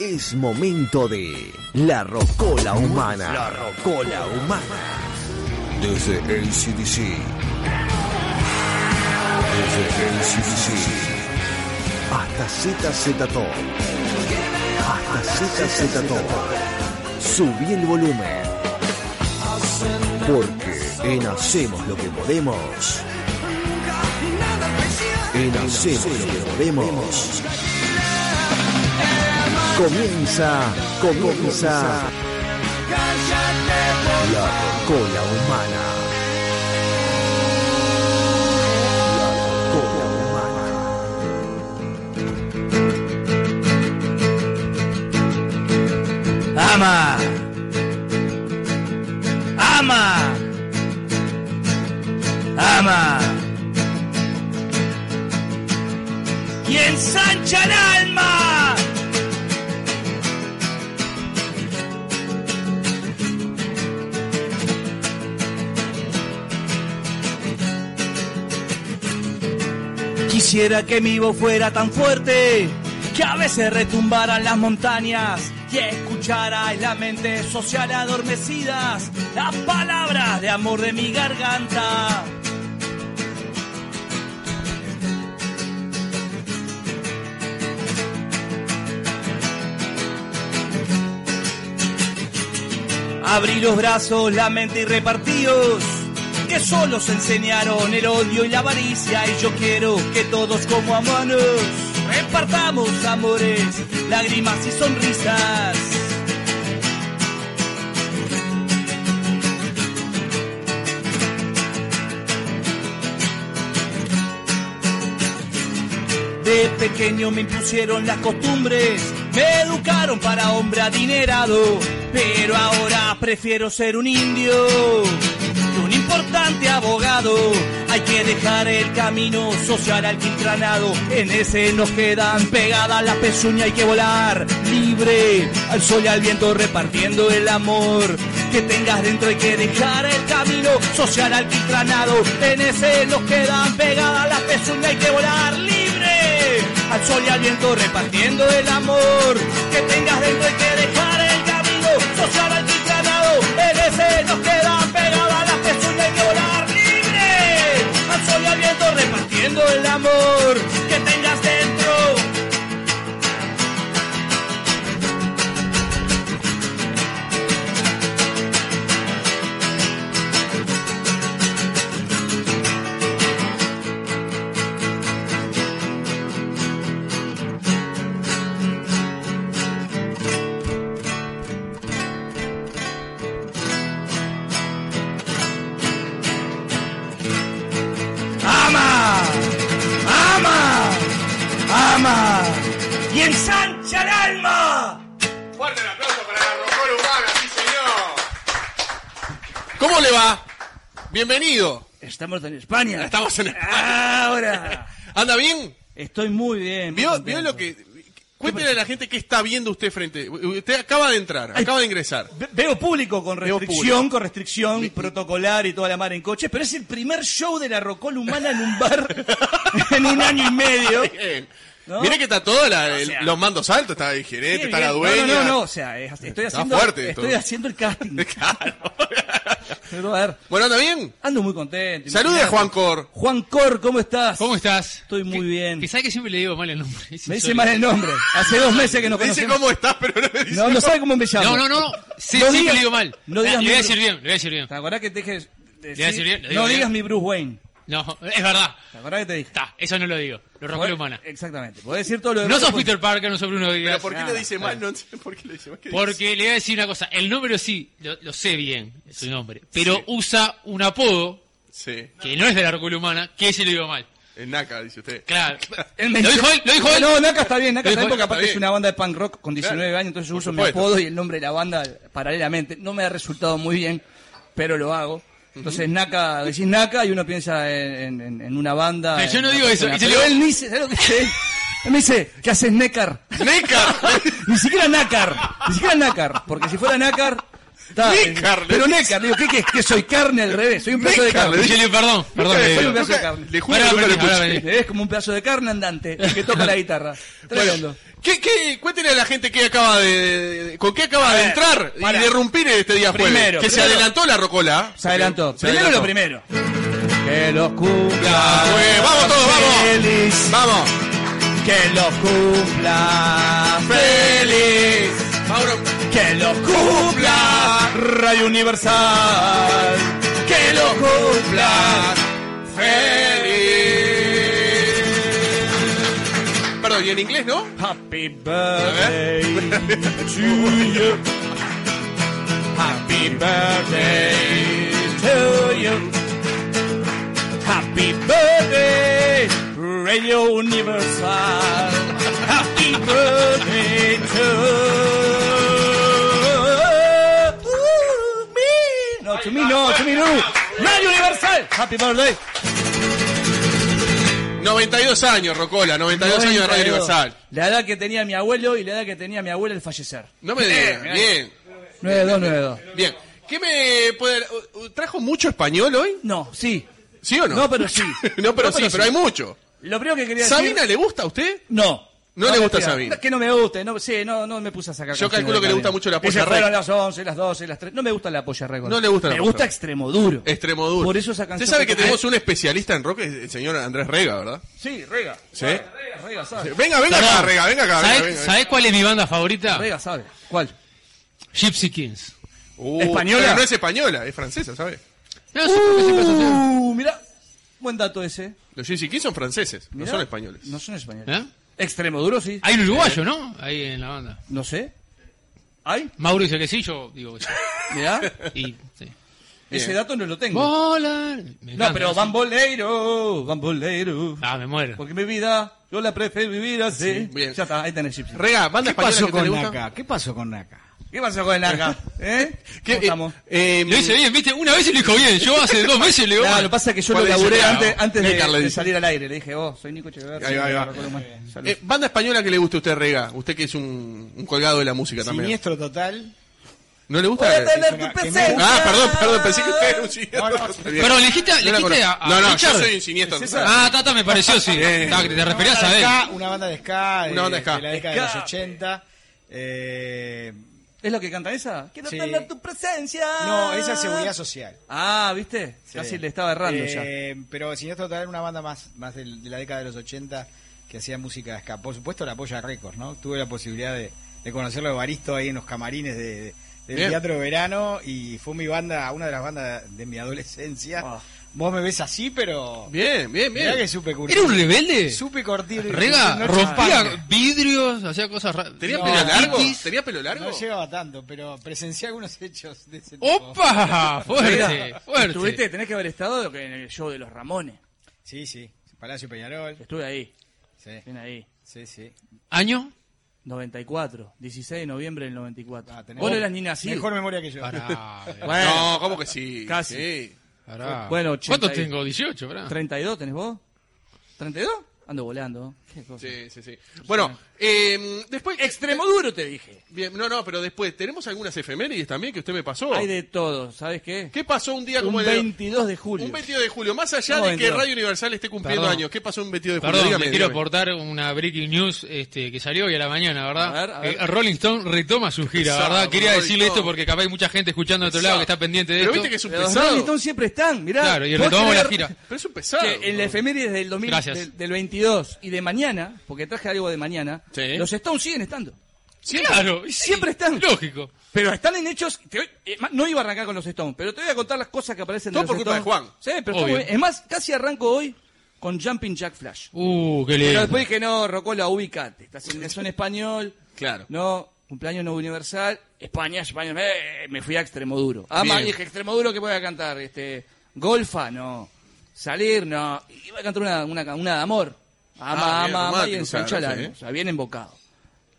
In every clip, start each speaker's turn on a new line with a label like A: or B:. A: Es momento de La Rocola Humana. La Rocola Humana. Desde ACDC. Desde ACDC. Hasta ZZ Top. Hasta ZZ Top. Subí el volumen. Porque en Hacemos lo que podemos. En Hacemos lo que podemos. Comienza, comienza la cola humana. La cola humana.
B: Ama. Ama. Ama. Y ensancha el alma. Quisiera que mi voz fuera tan fuerte que a veces retumbaran las montañas y escuchara en la mente social adormecidas las palabras de amor de mi garganta. Abrí los brazos, la mente y repartíos, que solos enseñaron el odio y la avaricia. Y yo quiero que todos como hermanos repartamos amores, lágrimas y sonrisas. De pequeño me impusieron las costumbres, me educaron para hombre adinerado, pero ahora prefiero ser un indio que un importante abogado. Hay que dejar el camino social al quintranado, en ese nos quedan pegadas las pezuñas, hay que volar libre al sol y al viento repartiendo el amor. Que tengas dentro hay que dejar el camino social al quintranado, en ese nos quedan pegadas las pezuñas, hay que volar libre al sol y al viento repartiendo el amor que tengas dentro hay que dejar el camino social al quintranado en ese nos quedan pegadas las pezuñas y que volar libre al sol y al viento repartiendo el amor que tengas dentro Ama, ama, ama y ensancha el alma.
C: Fuerte el aplauso para la Rocola Humana, sí señor.
D: ¿Cómo le va? Bienvenido.
B: Estamos en España.
D: Estamos en
C: Ah.
D: España.
B: Ahora.
D: ¿Anda bien?
B: Estoy muy bien. muy
D: ¿Vio,
B: contento.
D: vio lo que.? Cuéntele a la gente qué está viendo usted frente. Usted acaba de entrar,
B: Ay.
D: acaba de ingresar.
B: Ve- Veo público con
D: Veo
B: restricción,
D: público.
B: con restricción protocolar y toda la mar en coche, pero es el primer show de la Rocola humana en un bar en un año y medio.
D: Bien.
B: ¿No?
D: Mire que está todo, la- el-
B: sea-
D: los mandos altos, está el gerente,
B: Bien,
D: este está la
B: bien.
D: dueña.
B: No, no, no, o sea, es- estoy
D: Está
B: haciendo,
D: fuerte esto.
B: estoy haciendo el casting.
D: Claro.
B: Pero, a ver,
D: bueno, ¿anda bien?
B: ando muy contento.
D: Salude a
B: imagínate.
D: Juan Cor.
B: Juan Cor, ¿cómo estás?
E: ¿Cómo estás?
B: Estoy muy bien.
E: Que sabe que siempre le digo mal el nombre. es
B: me dice
E: insólito.
B: mal el nombre. Hace dos meses que nos
D: Me dice
B: conocemos.
D: cómo estás, pero no me dice.
B: No, no sabe cómo me llamo.
E: No, no, no. Sí,
B: No
E: siempre
B: digas-
E: le digo mal.
B: no
E: Ah,
B: digas
E: le
B: mi
E: voy a
B: bru-
E: decir bien, le voy a decir bien.
B: ¿Te acordás que te dije? decir-
E: a decir bien, lo digo
B: no
E: bien.
B: digas mi Bruce Wayne.
E: No, es verdad.
B: ¿Te acordás que te dije?
E: Está, eso no lo digo. Lo rompió
B: Podés-
E: humana.
B: Exactamente. Podés decir todo lo demás.
E: No sos
B: porque-
E: Peter Parker, no sos Bruno
D: Pero
E: Díaz.
D: ¿por qué
B: nada,
D: le dice mal? No sé por qué le dice mal. ¿Qué dice?
E: Porque le voy a decir una cosa. El número sí, lo, lo sé bien, es su nombre. Pero usa un apodo
D: Sí,
E: que no es de la Rocola humana, que ese lo digo mal.
D: en Naca, dice usted.
E: Claro.
B: Él me
E: Lo
B: dice-
E: dijo él, lo dijo él.
B: No, Naka está bien, Naka
E: Lo
B: está bien
E: dijo él,
B: porque
D: está
B: aparte es
D: bien.
B: una banda de punk rock con 19
D: Claro.
B: años, entonces yo
D: Por
B: uso
D: supuesto.
B: mi apodo y el nombre de la banda paralelamente. No me ha resultado muy bien, pero lo hago. Entonces Naka, decís Naka y uno piensa en, en- en una banda.
E: Pero
B: en
E: yo no
B: una
E: digo eso, y se
B: pero
E: lo-
B: él me dice, ¿sabes lo que dice él? Él me dice, ¿qué haces Necar?
D: ¡Neca!
B: Ni siquiera Nácar, ni siquiera Nácar, porque si fuera Nácar Está, eh,
D: Nícar, le
B: Pero
D: dice.
B: Nécar, digo, ¿qué, qué, que soy carne al revés, soy un pedazo de
D: Nícar, le
B: carne.
D: dice.
E: Richelieu, perdón, perdón.
D: Nunca
E: que-
D: le-
B: soy un pedazo de
D: nunca-
B: carne.
D: Le juro
E: Ahora
D: que nunca lo
E: aprendí, ahora
D: escuché.
E: aprendí.
B: Es como un pedazo de carne andante que toca la guitarra. Tremendo.
D: Bueno, ¿qué, qué, cuéntenle a la gente qué acaba de, con qué acaba de
B: ver,
D: entrar
B: para.
D: y de irrumpir en este día jueves.
B: Primero,
D: que se
B: primero.
D: adelantó la rocola.
B: Se adelantó.
D: Se
B: primero
D: adelantó.
B: lo primero. Que los cumpla.
D: Ah, güey, vamos todos, vamos.
B: Feliz.
D: Vamos.
B: Que los cumpla. Feliz.
D: Mauro,
B: Que los cumpla. Radio Universal. Que los cumpla.
D: feliz. Perdón, y en inglés, ¿no?
B: Happy birthday to you. Happy birthday to you. Happy birthday, Radio Universal. Happy birthday to me. No, to me, no, to me, no. Radio Universal. Happy birthday.
D: 92 años, Rocola, 92, años de Radio
B: 92.
D: Universal.
B: La edad que tenía mi abuelo y la edad que tenía mi abuela al fallecer.
D: No me digas, bien,
B: 9292.
D: bien. ¿Qué me puede, u- u- trajo mucho español hoy?
B: No, sí.
D: ¿Sí o no?
B: No, pero sí.
D: no, pero sí, pero hay mucho.
B: Lo primero que quería decir...
D: ¿Sabina le gusta a usted?
B: No.
D: No le gusta
B: mentira.
D: Sabina.
B: No, Que no me guste, no, sí, no, no me puse a sacar.
D: Yo
B: canciones
D: calculo
B: de
D: que le gusta
B: Sabina.
D: mucho la
B: Esas
D: polla
B: fueron las
D: récord.
B: 11, las 12, las 3. No me gusta la polla récord.
D: No le gusta la
B: Me
D: polla
B: gusta
D: récord.
B: extremo duro.
D: Extremoduro.
B: Por eso esa canción
D: Usted sabe
B: que
D: que
B: toca-
D: tenemos un especialista en rock, el señor Andrés Rega, ¿verdad?
B: Sí, rega.
D: Sí.
B: Rega sabe.
D: Venga, venga
E: Perdón.
D: acá, Rega, venga acá. venga,
E: ¿Sabés,
D: venga.
E: sabés cuál es mi banda favorita?
B: Rega sabe. ¿Cuál?
E: Gypsy Kings.
D: Uh,
B: ¿Española?
D: pero no es española, es francesa, ¿sabe?
E: No, siempre- siempre- siempre-
B: Uh, mirá. Buen dato ese.
D: Los GC Kings son franceses,
B: Mirá.
D: no son españoles.
B: No son españoles.
E: ¿Eh?
B: Extremo duro, sí.
E: Hay un uruguayo, ¿no? Ahí en la banda.
B: No sé. ¿Ay?
E: Mauro dice que sí, yo digo que sí.
B: Mirá.
E: Y, sí.
B: ese dato no lo tengo.
E: Volan.
B: No,
E: Me encanta,
B: pero
E: sí.
B: bamboleiro, bamboleiro.
E: Ah, me muero.
B: Porque mi vida, yo la prefiero vivir así.
D: bien.
B: Ya está, ahí tenés Gypsy.
D: Rega, banda
F: ¿Qué
D: española
F: pasó
D: que te
F: con
D: gusta?
F: Naka? ¿Qué pasó con Naka?
B: ¿Qué pasó con el acá? ¿Eh?
D: ¿Qué,
B: ¿Cómo
D: eh,
B: estamos?
D: eh,
E: Lo hice bien, viste, una vez y lo dijo bien. Yo hace dos meses le digo.
B: Claro,
E: mal.
B: lo que pasa es que yo lo
D: ¿Cuál dice
B: laburé
D: Leao?
B: antes, antes de,
D: Necar le
B: de
D: dice.
B: salir al aire. Le dije, vos, soy Nico Echeverría.
D: Ahí va, ahí va.
B: Saludos.
D: eh, banda española que le gusta a usted, Rega. Usted que es un, un colgado de la música también.
F: Siniestro total.
D: ¿No le
B: Voy
D: gusta?
B: a tener
F: que
B: tu
F: no-
B: presencia.
D: Ah, perdón, perdón, pensé que usted era un
F: No,
D: siniestro.
F: no,
D: Bien.
E: Perdón, le dijiste,
D: No
E: le
D: la
E: dijiste
D: conozco.
E: a, a
D: No, no,
E: Richard.
D: yo soy un siniestro.
E: Ah, Tata, me pareció, sí. Tata, que te
F: Una
E: referías
F: banda
E: a
F: de
E: él.
F: ska, una banda de ska de,
D: Una banda de ska.
F: de la década de los
B: Ska.
F: 80. Eh,
B: ¿Es lo que canta esa? Quiero
F: Sí.
B: tener tu presencia.
F: no, esa es seguridad social.
B: Ah, ¿viste? Casi le estaba errando ya.
F: Eh, Pero Siniestro total era una banda más, más del- de, la década de los 80 que hacía música de ska. Por supuesto, la Polla Records, ¿no? Tuve la posibilidad de, de conocerlo de Baristo ahí en los camarines de- de- del
D: Bien.
F: Teatro de Verano y fue mi banda, una de las bandas de mi adolescencia.
B: Ah.
F: Vos me ves así, pero.
D: Bien, bien,
F: Mirá que
D: bien.
F: supe curtir.
E: ¿Era un rebelde?
F: Supe cortir.
E: Rega
F: no
E: rompía
F: chuparme.
E: vidrios, hacía cosas raras.
D: ¿Tenía
F: No,
D: pelo largo?
F: titis.
D: ¿Tenía pelo largo?
F: No llegaba tanto, pero presencié algunos hechos de ese tipo.
E: ¡Opa! Fuerte,
B: Mira, Estuviste,
E: fuerte.
B: tenés que haber estado en el show de los Ramones.
F: Sí, sí. Palacio Peñarol.
B: Estuve ahí,
F: Sí,
B: bien ahí.
F: sí, sí.
E: ¿Año?
B: 94, 16 de noviembre del 94.
F: Ah, tenés-
B: Vos no eras ni nacido.
F: Mejor memoria que yo.
E: Pará, eh,
B: Bueno,
D: No, ¿cómo que sí?
B: Casi.
D: Sí.
E: pará.
B: Bueno, ochenta
E: ¿Cuántos
B: y-
E: tengo? 18, pará.
B: 32 tenés vos. ¿32? Ando volando. ¿Qué cosa?
D: Sí, sí, sí. Bueno, eh, después.
B: Extremo duro te dije.
D: Bien, no, no, pero después, tenemos algunas efemérides también que usted me pasó.
B: Hay de todo, ¿sabes qué?
D: ¿Qué pasó un día
B: Un
D: como el de-
B: 22 de julio.
D: Un 22 de julio, más allá
B: No,
D: de que
B: 22.
D: Radio Universal esté cumpliendo
E: Perdón.
D: años, ¿qué pasó un 22 de julio?
E: Perdón,
D: Dígame,
E: te quiero
D: dígame.
E: aportar una breaking news este, que salió hoy a la mañana, ¿verdad?
B: A ver, a ver.
E: Eh, Rolling Stone retoma su gira,
D: pesado,
E: ¿verdad? Quería
D: Rolling
E: decirle esto
D: Stone.
E: porque capaz hay mucha gente escuchando de otro lado que está pendiente de
D: Pero
E: esto.
D: viste que es un
B: Pero los Rolling
D: pesado.
B: Stones siempre están, mirá.
E: Claro, y
B: ¿Podés
E: retomamos la
B: creer
E: gira.
D: Pero es un pesado.
B: que en la efeméride del, 2000,
E: Gracias.
B: del, del 22 y de mañana, porque traje algo de mañana,
D: Sí.
B: los Stones siguen estando.
E: Claro, y sí,
B: Siempre están.
E: Lógico.
B: Pero están en hechos. te voy- eh, ma- no iba a arrancar con los Stones, pero te voy a contar las cosas que aparecen de
D: Todo
B: los
D: por culpa de
B: Stones.
D: Juan.
B: Sí, pero está
E: Obvio.
B: muy bien. Es más, casi arranco hoy con Jumping Jack Flash.
E: Uh, qué
B: Pero
E: lindo.
B: después dije, no, Rocola, ubicate. Estás en el son español.
D: Claro.
B: No, cumpleaños no universal. España, España. eh, me fui a Extremoduro. Ah, ma,
D: Bien.
B: dije, Extremoduro, ¿qué voy a cantar? Este, golfa, no. Salir, no. Iba a cantar una, una, una de amor. Ama,
D: Ah, bien,
B: ama, ama y
D: romántico,
B: ensancha
D: claro,
B: la-
D: sí.
B: O sea, bien embocado.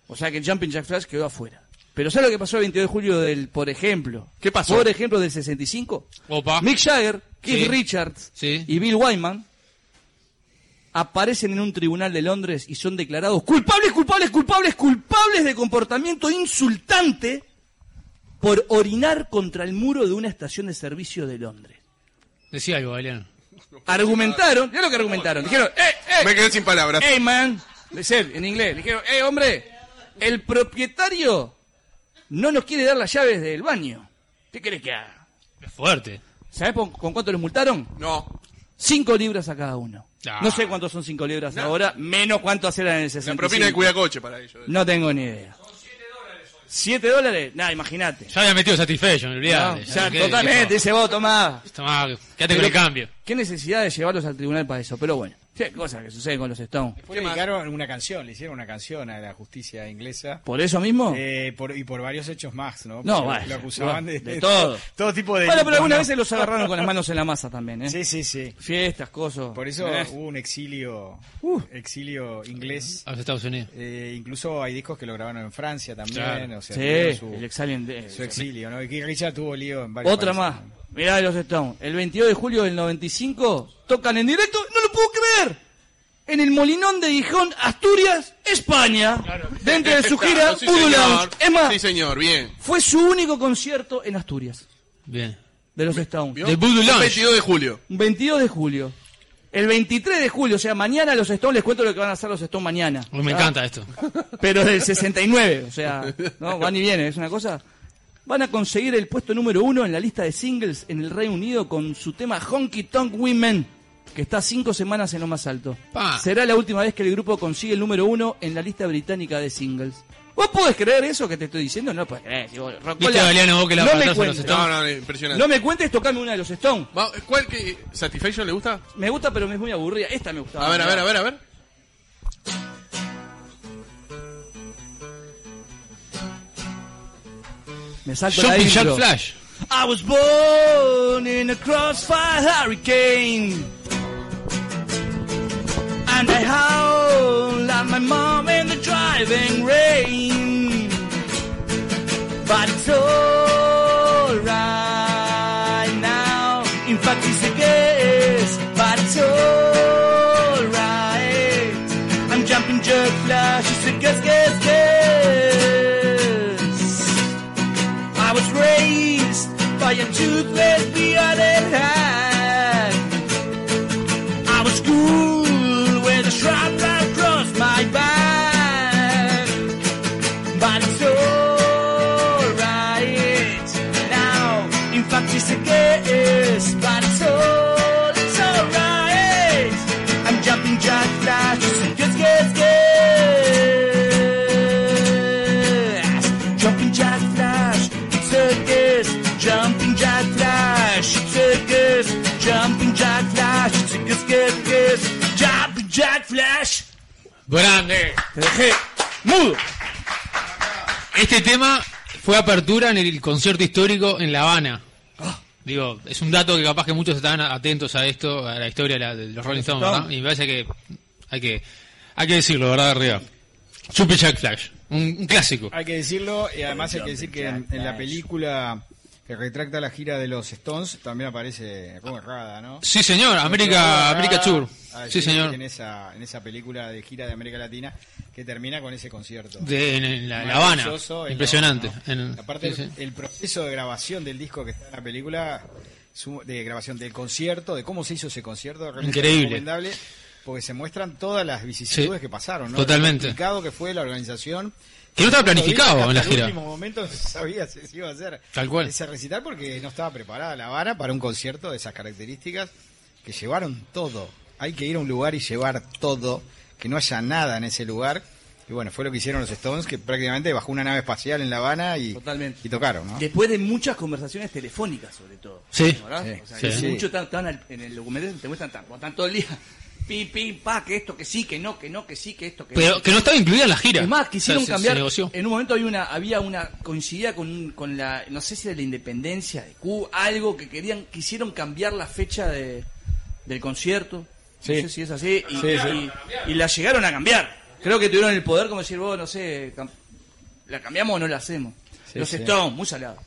B: O sea que el Jumping Jack Flash quedó afuera. Pero ¿sabes lo que pasó el 22 de julio del, por ejemplo?
D: ¿Qué pasó?
B: Por ejemplo, del 65.
E: Opa.
B: Mick Jagger, Keith
E: Sí.
B: Richards
E: Sí.
B: y Bill Wyman aparecen en un tribunal de Londres y son declarados culpables, culpables, culpables, culpables de comportamiento insultante por orinar contra el muro de una estación de servicio de Londres.
E: Decía algo, Galeano.
B: Argumentaron, ¿qué es lo que argumentaron? Dijeron, ¡eh, eh!
D: Me quedé sin palabras.
B: Hey man, dice él, en inglés. Le dijeron, hey hombre, el propietario no nos quiere dar las llaves del baño. ¿Qué querés que haga?
E: Es fuerte.
B: ¿Sabés por- con cuánto los multaron?
D: No.
B: Cinco libras a cada uno.
E: Ah.
B: No sé cuántos son cinco libras ahora, menos cuánto hacer en el 65.
D: La propina de cuidacoche para ellos.
B: No tengo ni idea. ¿Siete dólares? Nada, imagínate.
E: Ya había metido Satisfaction,
B: No,
E: olvidate.
B: o
E: Ya
B: sea,
E: no quedé,
B: totalmente,
E: tipo,
B: dice vos, tomá.
E: tomá, quédate
B: Pero-
E: con el cambio.
B: Qué necesidad de llevarlos al tribunal para eso, pero bueno. Qué cosa que sucede con los Stones.
F: Después le dedicaron una canción, le hicieron una canción a la justicia inglesa.
B: ¿Por eso mismo?
F: Eh, por- y por varios hechos más, ¿no?
B: No,
F: Porque
B: vaya,
F: Lo acusaban
B: no,
F: de,
B: de todo.
F: todo tipo de.
B: bueno, pero
F: delitos,
B: algunas
F: ¿no?
B: veces los agarraron con las manos en la masa también, ¿eh?
F: Sí, sí, sí.
B: Fiestas, cosas.
F: Por eso
B: Eh,
F: hubo un exilio, exilio inglés.
E: A los Estados Unidos.
F: Eh, incluso hay discos que lo grabaron en Francia también.
E: Claro.
F: O sea, tuvieron
B: Sí,
F: su,
B: el exalien
E: Eh,
B: de-
F: su exilio, ¿no? Y que Richard tuvo lío en varios
B: Otra más.
F: países, ¿no?
B: Mirá de los Stones. El 22 de julio del 95 tocan en directo. ¡No lo puedo creer! En el Molinón de Gijón, Asturias, España. Dentro de su gira,
D: Claro, sí,
B: Voodoo
D: señor.
B: Lounge. Es más,
D: Sí, señor, bien.
B: fue su único concierto en Asturias.
E: Bien.
B: De los Stones.
D: ¿Vio?
E: Del Voodoo
D: El
E: Lounge.
D: 22 de julio.
B: Un 22 de julio. El 23 de julio, o sea, mañana los Stones, les cuento lo que van a hacer los Stones mañana.
E: Uy, me
B: Ah,
E: encanta esto.
B: Pero del 69, o sea, ¿no? van y vienen, es una cosa. Van a conseguir el puesto número uno en la lista de singles en el Reino Unido con su tema Honky Tonk Women, que está cinco semanas en lo más alto.
E: Pa.
B: Será la última vez que el grupo consigue el número uno en la lista británica de singles. ¿Vos podés creer eso que te estoy diciendo? No lo podés creer. si vos- Rockola,
E: Galeano, vos que la
B: no me
E: matás a los
B: cuentes.
E: Stones?
D: No, no, impresionante.
B: No me cuentes, tocame una de los Stones.
D: Va, ¿Cuál que Satisfaction le gusta?
B: Me gusta, pero me es muy aburrida. Esta me gusta.
D: A ver, a ver, a ver, a ver.
B: Me salto la
E: Jumping Jack
B: intro.
E: Flash.
B: I was born in a crossfire hurricane. And I howl at my mom in the driving rain. But it's alright now. In fact, it's a guess. But it's alright. I'm jumping jerk flash. It's a guess, guess, guess. I was raised by a toothless bearded hand. I was schooled with a sharp knife across my back. But it's alright now. In fact, it's a guess. But it's all, it's alright. I'm jumping jack flash. It's a guess, guess, guess. Jumping jack flash. It's a guess. Jumping jack flash. It's a guess. Jumping jack flash. It's a guess, guess, guess. Jumping jack flash.
E: Grande.
B: Te dejé mudo.
E: Este tema fue apertura en el concierto histórico en La Habana.
B: Ah.
E: Digo, es un dato que capaz que muchos estaban atentos a esto, a la historia de, la- de los Rolling Stones, ¿verdad? Y me parece que hay que, hay que decirlo, ¿verdad, Arriba? Super Jack Flash, un, un clásico.
F: Hay que decirlo, y además hay que decir que en, en la película que retracta la gira de los Stones también aparece Robert Rada, ¿no?
E: Sí, señor, América, América Tour.
F: Ah,
E: Sí, señor.
F: En esa, en esa película de gira de América Latina que termina con ese concierto.
E: De, en, en la, La Habana.
F: Maravilloso en La
E: Impresionante.
F: Habana, ¿no?
E: En-
F: Aparte,
E: sí, sí.
F: el proceso de grabación del disco que está en la película, su- de grabación del concierto, de cómo se hizo ese concierto, realmente
E: Increíble.
F: recomendable, porque se muestran todas las vicisitudes
E: Sí,
F: que pasaron, ¿no?
E: totalmente.
F: Lo complicado que fue la organización.
E: Que no estaba
F: Hasta
E: planificado en la
F: el
E: gira.
F: último momento no se sabía si se iba a hacer
E: Tal cual.
F: ese recital porque no estaba preparada La Habana para un concierto de esas características que llevaron todo. Hay que ir a un lugar y llevar todo, que no haya nada en ese lugar. Y bueno, fue lo que hicieron los Stones, que prácticamente bajó una nave espacial en La Habana y,
B: Totalmente.
F: y tocaron, ¿no?
B: Después de muchas conversaciones telefónicas, sobre todo.
E: Sí.
B: ¿Verdad?
F: Sí,
B: O sea,
E: sí,
B: que
E: sí.
B: mucho están, están al- en el documental te muestran tan, están todo el día. Pi, pi, pa, que esto, que sí, que no, que no, que sí, que esto, que no.
E: Pero que no estaba incluida en la gira.
B: Es más,
E: O
B: quisieron
E: sea, se-
B: cambiar.
E: Se negoció.
B: En un momento había una, había una coincidía con, un- con la, no sé si era la independencia de Cuba, algo que querían, quisieron cambiar la fecha de, del concierto. No
F: Sí.
B: sé si es así. Y,
F: Sí, sí.
B: y- y la llegaron a cambiar. Creo que tuvieron el poder como decir, vos, no sé, cam- la cambiamos o no la hacemos.
F: Sí,
B: los
F: sí.
B: Stones, muy salados.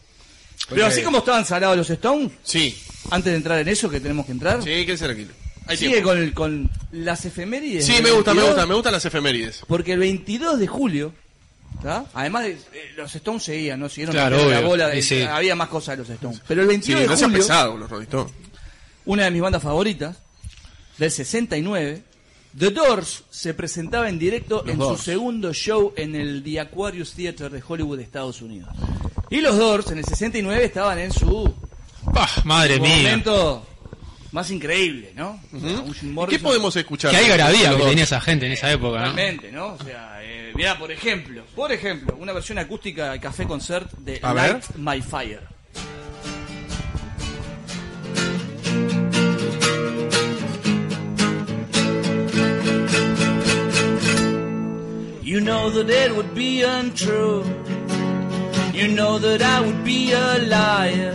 F: Porque-
B: Pero así como estaban salados los Stones,
D: Sí,
B: antes de entrar en eso que tenemos que entrar,
D: sí, que tranquilo. Hay
B: sigue
D: tiempo.
B: con, el- con las efemérides.
D: Sí,
B: del
D: me gusta, me
B: 22.
D: gusta, me gustan las efemérides.
B: Porque el 22 de julio ¿tá? Además, de- eh, los Stones seguían, ¿no? Siguieron
E: Claro,
B: metiendo la
E: obvio.
B: bola. de-
E: Y sí.
B: Había más cosas de los Stones. Pero el 21
D: Sí,
B: de
D: no sean
B: julio,
D: pesados los Rolling Stones.
B: una de mis bandas favoritas, del 69, The Doors se presentaba en directo en su segundo show en el The Aquarius Theater de Hollywood, Estados Unidos. Y los Doors en el 69 estaban en su
E: Bah, madre mía.
B: momento más increíble, ¿no? O sea, un Jim
D: ¿Qué
B: Morrison-
D: podemos escuchar?
E: Que hay garabía
D: Los
E: que
D: dos.
E: tenía esa gente en esa época, ¿no?
B: Realmente, ¿no? O sea, eh, mirá, por ejemplo, por ejemplo, una versión acústica de Café Concert de
D: A ver.
B: Light My Fire. You know that it would be untrue. You know that I would be a liar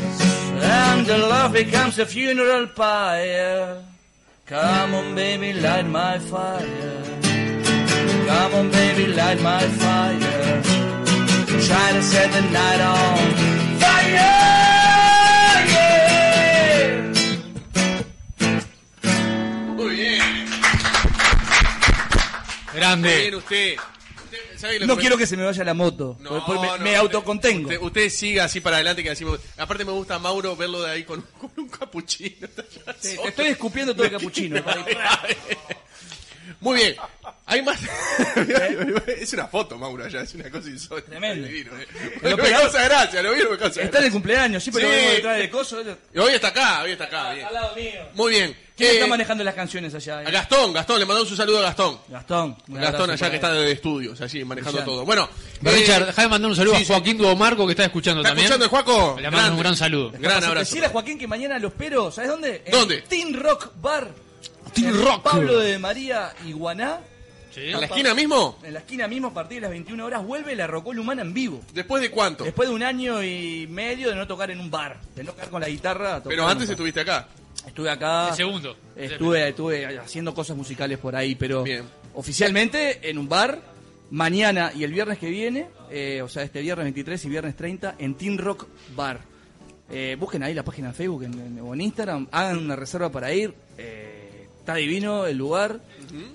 B: And the love becomes a funeral pyre. Come on, baby, light my fire. Come on, baby, light my fire. Try to set the night on fire. yeah.
D: Muy bien. Muy bien
E: Grande.
D: usted. Usted, ¿sabe lo
B: No
D: me-
B: quiero que se me vaya la moto.
D: No,
B: porque Pues, me,
D: no,
B: me
D: usted-
B: autocontengo.
D: Usted, usted siga así para adelante que así me gusta. Aparte me gusta Mauro verlo de ahí con, con un capuchino.
B: Sí, te estoy escupiendo todo el capuchino.
D: Muy bien. Hay más. es una foto, Mauro, allá. Es una cosa insólita.
B: ¿Eh? Tremendo.
D: Divino, eh.
B: El
D: me
B: operador-
D: causa gracia, lo vieron, me
B: Está
D: causa
B: en el
D: gracia.
B: cumpleaños, sí, pero
D: Sí.
B: vengo detrás de coso. él-
D: Y Hoy está acá, hoy está acá. bien.
B: Al lado mío.
D: Muy bien.
B: ¿Quién
D: Eh,
B: está manejando las canciones allá? eh?
D: a Gastón, Gastón, le mandamos un saludo a Gastón.
B: Gastón. un abrazo
D: Gastón allá
B: para él.
D: que está de estudios, allí, manejando
B: Brillante.
D: todo. Bueno, eh,
E: Richard, déjame mandar un saludo
D: sí,
E: a
D: sí.
E: Joaquín Duomarco que está escuchando
D: ¿Está
E: también.
D: escuchando el Juaco?
E: Le mando un
D: Grande.
E: gran saludo.
D: Gran
B: Para
D: abrazo.
B: decirle a Joaquín que mañana los pero, ¿sabes dónde? En
D: ¿Dónde?
B: Teen Rock Bar.
E: Teen
B: En
E: Rock.
B: Pablo de María Iguaná.
E: Sí.
D: ¿A la esquina mismo?
B: En la esquina mismo, a partir de las 21 horas, vuelve la Rocola Humana en vivo.
D: ¿Después de cuánto?
B: Después de un año y medio de no tocar en un bar, de no tocar con la guitarra. tocar en
D: Pero
B: un
D: antes
B: bar.
D: estuviste acá.
B: Estuve acá.
E: El segundo.
B: Estuve, estuve haciendo cosas musicales por ahí, pero
D: Bien.
B: oficialmente en un bar. Mañana y el viernes que viene, eh, o sea, este viernes 23 y viernes 30, en Team Rock Bar. Eh, busquen ahí la página de Facebook en, en- o en Instagram, hagan una reserva para ir. eh, está divino el lugar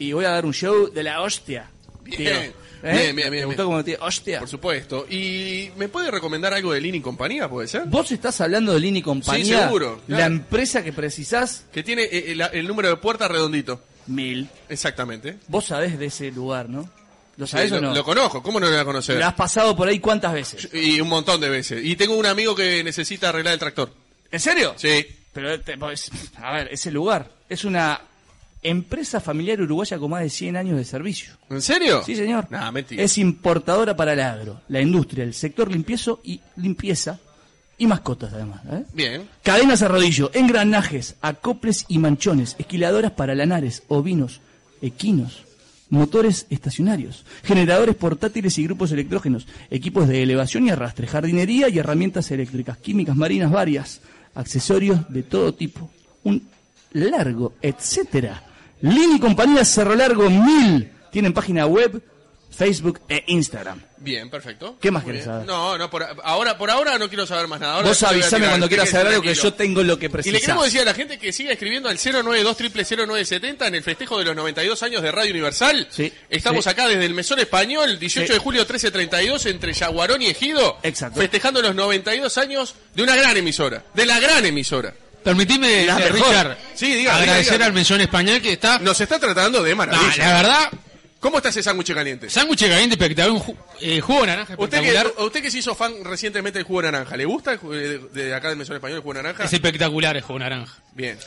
B: y voy a dar un show de la hostia.
D: Bien.
B: tío.
D: Bien, bien, bien,
B: ¿Te
D: bien.
B: gustó cómo te dije? Hostia.
D: Por supuesto. ¿Y me puede recomendar algo de Lini y compañía, puede ser?
B: Vos estás hablando de Lini Compañía,
D: Sí, seguro,
B: la
D: claro.
B: empresa que precisás
D: Que tiene eh, el, el número de puerta redondito.
B: mil.
D: Exactamente.
B: Vos sabés de ese lugar, ¿no? ¿Lo sabés
D: Sí,
B: o
D: lo,
B: no?
D: lo conozco, ¿cómo no lo voy a conocer?
B: ¿Lo has pasado por ahí cuántas veces?
D: Y un montón de veces. Y tengo un amigo que necesita arreglar el tractor.
B: ¿En serio?
D: Sí.
B: Pero, te- pues, a ver, ese lugar es una empresa familiar uruguaya con más de 100 años de servicio.
D: ¿En serio?
B: Sí, señor.
D: Nah, mentira.
B: es importadora para el agro, la industria, el sector limpiezo y limpieza y mascotas además. ¿eh?
D: Bien.
B: Cadenas a rodillo, engranajes, acoples y manchones, esquiladoras para lanares, ovinos, equinos, motores estacionarios, generadores portátiles y grupos electrógenos, equipos de elevación y arrastre, jardinería y herramientas eléctricas, químicas marinas varias, accesorios de todo tipo, un largo, etcétera. Lini Compañía Cerro Largo 1000 tienen página web, Facebook e Instagram.
D: Bien, perfecto.
B: ¿Qué más
D: Muy
B: querés
D: bien.
B: saber?
D: No, no, por ahora, por ahora no quiero saber más nada. Ahora
B: Vos
D: yo te voy a
B: avisame
D: tirar,
B: cuando
D: te
B: quieras
D: quedes
B: saber algo que
D: tranquilo.
B: yo tengo lo que
D: Y le queremos
B: precisas.
D: decir a la gente que siga escribiendo al 092330970 en el festejo de los 92 años de Radio Universal.
B: Sí.
D: Estamos
B: Sí.
D: acá desde el Mesón Español, 18
B: Sí.
D: de julio 1332, entre Yaguarón y Ejido.
B: Exacto.
D: Festejando los 92 años de una gran emisora. De la gran emisora.
E: Permitime,
D: La
E: eh,
D: mejor.
E: Richard,
D: Sí, diga,
E: agradecer
D: diga, diga.
E: al mesón español que está.
D: Nos está tratando de
E: Nah,
D: maravilla.
E: la verdad,
D: ¿Cómo está ese sándwich caliente?
E: sándwich caliente espectacular, un ju- eh, jugo de naranja
D: Usted
E: espectacular.
D: que, usted que se hizo fan recientemente del jugo de naranja, ¿le gusta el ju- de, de acá del Mesón Español el jugo de naranja?
E: Es espectacular el jugo de naranja.
D: Bien.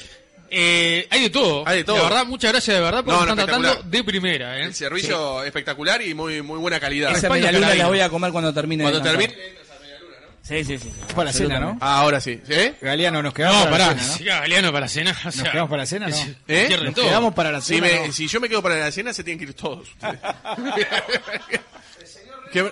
E: Eh, hay de todo.
D: Hay de todo.
E: La verdad, muchas gracias de verdad porque
D: No,
E: nos
D: no,
E: están tratando
D: espectacular.
E: de primera. ¿eh?
D: El servicio espectacular y muy muy buena calidad.
B: Esa
E: España
B: media luna
E: Carabina.
B: la voy a comer cuando termine. de
D: Cuando
B: cantar.
D: termine.
B: Sí, sí, sí.
F: Para la cena, ¿no?
D: Ah, ahora sí. ¿Eh?
F: Galeano, nos
E: No,
F: quedamos para
E: pará,
F: la cena, ¿no?
E: siga Galeano para cenar. o sea,
F: quedamos para la cena, no?
E: es-
D: ¿Eh?
E: cierren
D: Nos
E: todo.
F: quedamos para la
D: Si,
F: cena.
D: me-
F: ¿no?
D: si yo me quedo para la cena, se tienen que ir todos. ustedes. Que-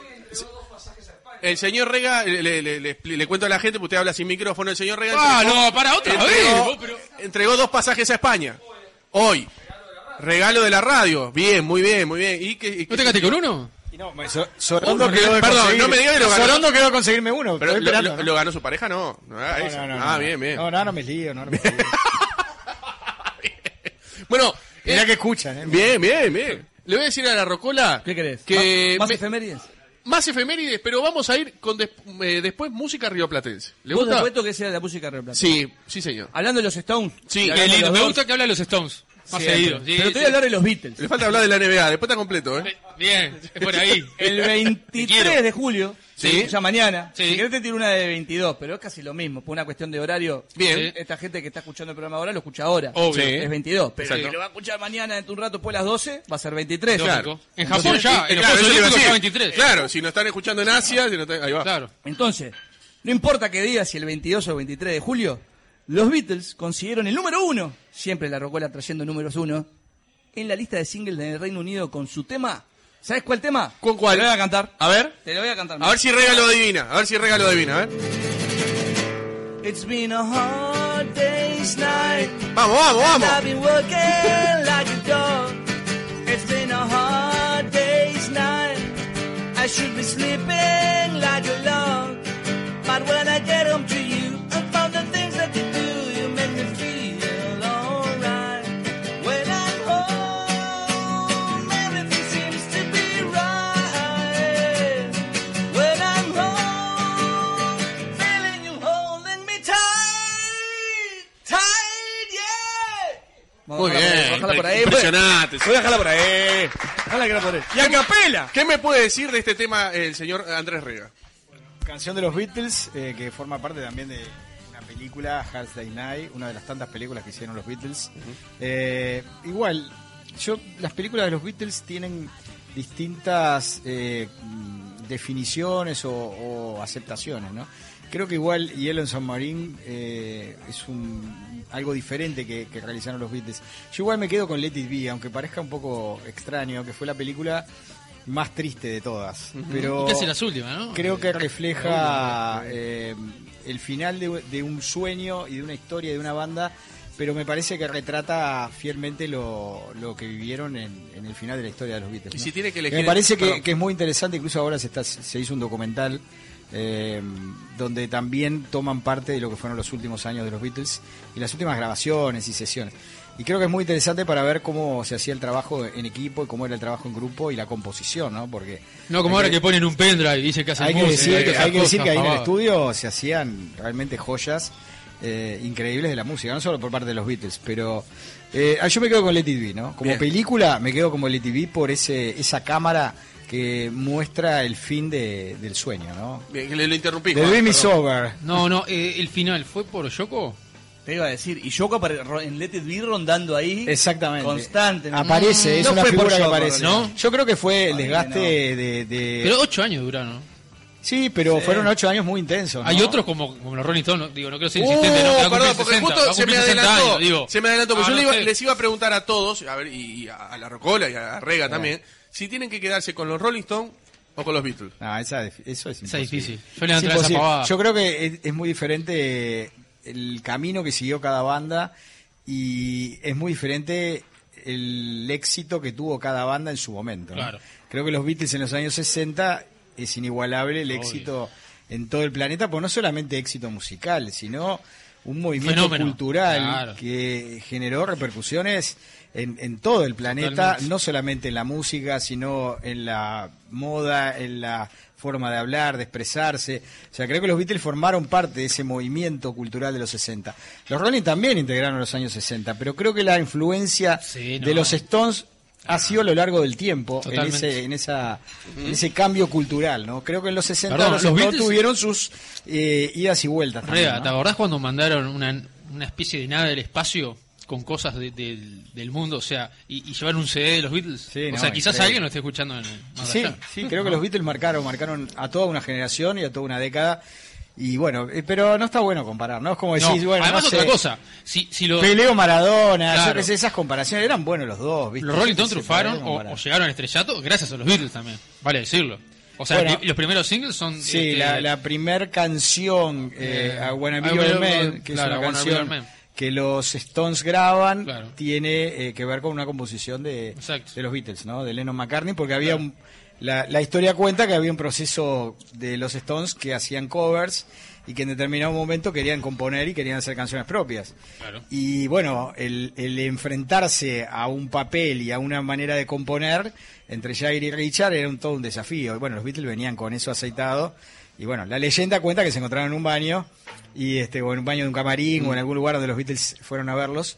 D: El señor Rega, le, le- le- le- le cuento a la gente, porque usted habla sin micrófono, el señor Rega...
E: Ah,
D: entregó-
E: no, para otra vez.
D: entregó,
E: vos, pero-
D: entregó dos pasajes a España. Hoy. Regalo de la radio. Bien, muy bien, muy bien. ¿Y qué, y qué-
E: ¿No te quedaste con uno?
F: Y no, me- Sor-
D: Uno,
F: Sorondo quedó de
D: perdón,
F: conseguir-
D: no me digas que lo ganó.
F: Sorondo quedó de conseguirme uno.
D: Pero
F: estoy
D: lo,
F: esperando,
D: lo-
F: ¿no?
D: lo ganó su pareja? No. no, ah,
F: No,
D: esa.
F: no, no,
D: ah,
F: no.
D: bien, bien.
F: No, no, no me lío, no, no me lío.
D: Bueno,
F: Mirá
D: eh,
F: que escuchan, eh.
D: bien, bien, bien. Le voy a decir a la Rocola
B: ¿Qué querés?
D: que
B: ¿Más, más
D: me-
B: efemérides?
D: más efemérides, pero vamos a ir con des- eh, después música rioplatense. ¿Le
B: ¿Vos
D: gusta?
B: supuesto que sea la música replata?
D: Sí, sí, señor.
B: Hablando de los Stones.
D: Sí,
B: y
E: Qué
B: hablando de
E: lindo.
B: los
E: Me
B: Doors,
E: gusta que habla de los Stones. Más
B: siempre.
E: seguido. Sí,
B: Pero te voy
E: sí.
B: a hablar de los Beatles.
D: Le falta hablar de la NBA, después está completo, ¿eh?
E: Bien, por ahí.
B: El 23
E: Quiero.
B: de julio,
D: Sí.
B: ya mañana.
E: Sí.
B: Si querés te tiro una de 22, pero es casi lo mismo, por una cuestión de horario.
D: Bien.
E: Sí.
B: Esta gente que está escuchando el programa ahora lo escucha ahora.
E: Obvio.
D: Sí.
B: Es 22, pero
D: Exacto.
B: si lo va a escuchar mañana dentro de un rato después de las 12, va a ser 23.
E: Lógico. En Japón
D: Entonces,
E: ya,
D: eh,
E: en los
D: claro,
E: Juegos
D: eso le iba a
E: Olímpicos
D: decir.
E: ya 23.
D: Claro, si nos están escuchando en Asia, si no están- ahí va.
E: Claro.
B: Entonces, no importa qué día, si el 22 o el 23 de julio, los Beatles consiguieron el número uno, siempre la Rocola trayendo números uno, en la lista de singles del Reino Unido con su tema. ¿Sabes cuál tema?
D: ¿Con cuál?
B: Te lo voy a cantar.
D: A ver.
B: Te lo voy a cantar.
D: A ver si regalo adivina, a ver si regalo adivina, a ver.
B: It's been a hard day's night.
D: Vamos, vamos,
B: I've
D: vamos.
B: been working like a dog. It's been a hard day's night. I should be sleeping like a log. But when I get home to you, I found the things that you do. You make me feel alright. When I'm home, everything seems to be right. When I'm home, feeling you holding me tight, tight, yeah.
D: Muy bien. Impresionante.
B: Voy a dejarla por ahí. Déjala que la por ahí.
D: Y a capela. ¿Qué me puede decir de este tema el señor Andrés Rega?
F: Canción de los Beatles, eh, que forma parte también de una película, Hard Day Night, una de las tantas películas que hicieron los Beatles. Eh, igual, yo las películas de los Beatles tienen distintas eh, mm, definiciones o, o aceptaciones, ¿no? Creo que igual Yellow Submarine eh, es un, algo diferente que, que realizaron los Beatles. Yo igual me quedo con Let It Be, aunque parezca un poco extraño, que fue la película más triste de todas. Pero
E: Casi las últimas, ¿no?
D: Eh,
F: Creo que refleja eh, el final de, de un sueño y de una historia de una banda, pero me parece que retrata fielmente lo, lo que vivieron en, en el final de la historia de los Beatles.
D: Y
F: ¿no?
D: si tiene que
F: me
D: elegir-
F: parece que,
D: perdón.
F: que es muy interesante, incluso ahora se, está, se hizo un documental eh, donde también toman parte de lo que fueron los últimos años de los Beatles y las últimas grabaciones y sesiones. Y creo que es muy interesante para ver cómo se hacía el trabajo en equipo y cómo era el trabajo en grupo y la composición, ¿no? Porque
E: No, como
F: hay
E: ahora que ponen un pendrive y dicen que hacen
F: hay que
B: eh,
E: música,
F: decir, que,
E: hacer
F: hay que, decir que
E: cosas,
F: ahí en el
E: pavadas.
F: estudio se hacían realmente joyas eh, increíbles de la música, no solo por parte de los Beatles, pero eh, ah, yo me quedo con Let It Be, ¿no? Como
D: Bien.
F: película me quedo como Let It Be por ese, esa cámara que muestra el fin de- del sueño, ¿no?
D: Bien, que le, lo interrumpí.
F: The
D: Juan,
F: Dream is
D: perdón.
F: over.
E: No, no, eh, el final fue por Yoko.
B: Te iba a decir, y Yoko apare- ro- en Let It Be rondando ahí.
F: Exactamente.
B: Constante.
F: Aparece, es
B: No
F: una
B: fue por
F: figura que
B: Yoko,
F: aparece.
B: en realidad.
E: ¿no?
F: Yo creo que fue el
B: Ay,
F: desgaste
B: no.
F: de, de-
E: Pero ocho años duraron.
F: Sí, pero fueron ocho años muy intensos. ¿no?
E: Hay otros como, como los Rolling Stones, no, digo, no quiero ser
D: Uh,
E: insistente, no, que va a
D: perdón,
E: cumplir
D: porque
E: 60, va
D: justo
E: a
D: se me
E: cumplir 60
D: adelantó.
E: años, digo.
D: Se me adelantó, porque
E: Ah,
D: yo le
E: no
D: iba-
E: sé.
D: les iba a preguntar a todos, a ver, y, y a, a la Rocola y a Rega
E: Ah.
D: también, si tienen que quedarse con los Rolling Stones o con los Beatles.
F: No, esa, dif- eso es
E: Esa
F: imposible.
E: es difícil. Yo le voy a
F: Es
E: entrar a esa
F: imposible.
E: pavada.
F: Yo creo que es, es muy diferente eh, el camino que siguió cada banda y es muy diferente el éxito que tuvo cada banda en su momento. ¿no?
E: Claro.
F: Creo que los Beatles en los años 60 es inigualable el éxito en todo el planeta, pues no solamente éxito musical, sino un movimiento
E: Fenómeno.
F: cultural
E: Claro.
F: que generó repercusiones en, en todo el planeta,
E: Totalmente.
F: no solamente en la música, sino en la moda, en la forma de hablar, de expresarse. O sea, creo que los Beatles formaron parte de ese movimiento cultural de los 60. Los Rolling también integraron los años 60, pero creo que la influencia
E: Sí,
F: de
E: no.
F: los Stones ha sido a lo largo del tiempo en
E: Totalmente.
F: ese, en, esa, en ese cambio cultural, ¿no? Creo que en los 60
E: Perdón,
F: los,
E: los
F: Stones
E: Beatles-
F: tuvieron sus eh, idas y vueltas. también,
E: Rega,
F: ¿no?
E: ¿te acordás cuando mandaron una, una especie de nada del espacio con cosas de- del- del mundo? O sea, y, y llevaron un CD de los Beatles.
F: Sí,
E: o
F: no,
E: sea, quizás
F: increíble.
E: alguien lo esté escuchando en, más
F: Sí,
E: allá.
F: sí, creo que los Beatles marcaron, marcaron a toda una generación y a toda una década. Y bueno, eh, pero no está bueno comparar, ¿no? Es como
E: No,
F: decís, pues bueno,
E: además
F: no sé,
E: otra cosa, si, si lo-
F: Peleo Maradona, yo
E: Claro.
F: qué sé, esas comparaciones eran buenos los dos, ¿viste?
E: los Rolling Stones
F: Yo qué sé, para
E: trufaron
F: qué
E: o,
F: comparar.
E: o llegaron al estrellato gracias a los Beatles también, vale decirlo. O sea,
F: Bueno.
E: pri- los primeros singles son.
F: Sí,
E: este,
F: la, la primer canción, eh,
E: Eh,
F: A Wanna Be
E: I
F: Your
E: Will
F: Man,
E: Go-
F: que
E: claro,
F: es
E: I Wanna
F: una
E: Be Your
F: canción
E: Man.
F: que los Stones graban,
E: Claro.
F: tiene eh, que ver con una composición de,
E: Exacto.
F: de los Beatles, ¿no? De Lennon McCartney, porque había un- la, la historia cuenta que había un proceso de los Stones que hacían covers y que en determinado momento querían componer y querían hacer canciones propias.
E: Claro.
F: Y bueno, el, el enfrentarse a un papel y a una manera de componer entre Jagger y Richard era un, todo un desafío. Y bueno, los Beatles venían con eso aceitado. Y bueno, la leyenda cuenta que se encontraron en un baño, y este, o en un baño de un camarín, o en algún lugar donde los Beatles fueron a verlos.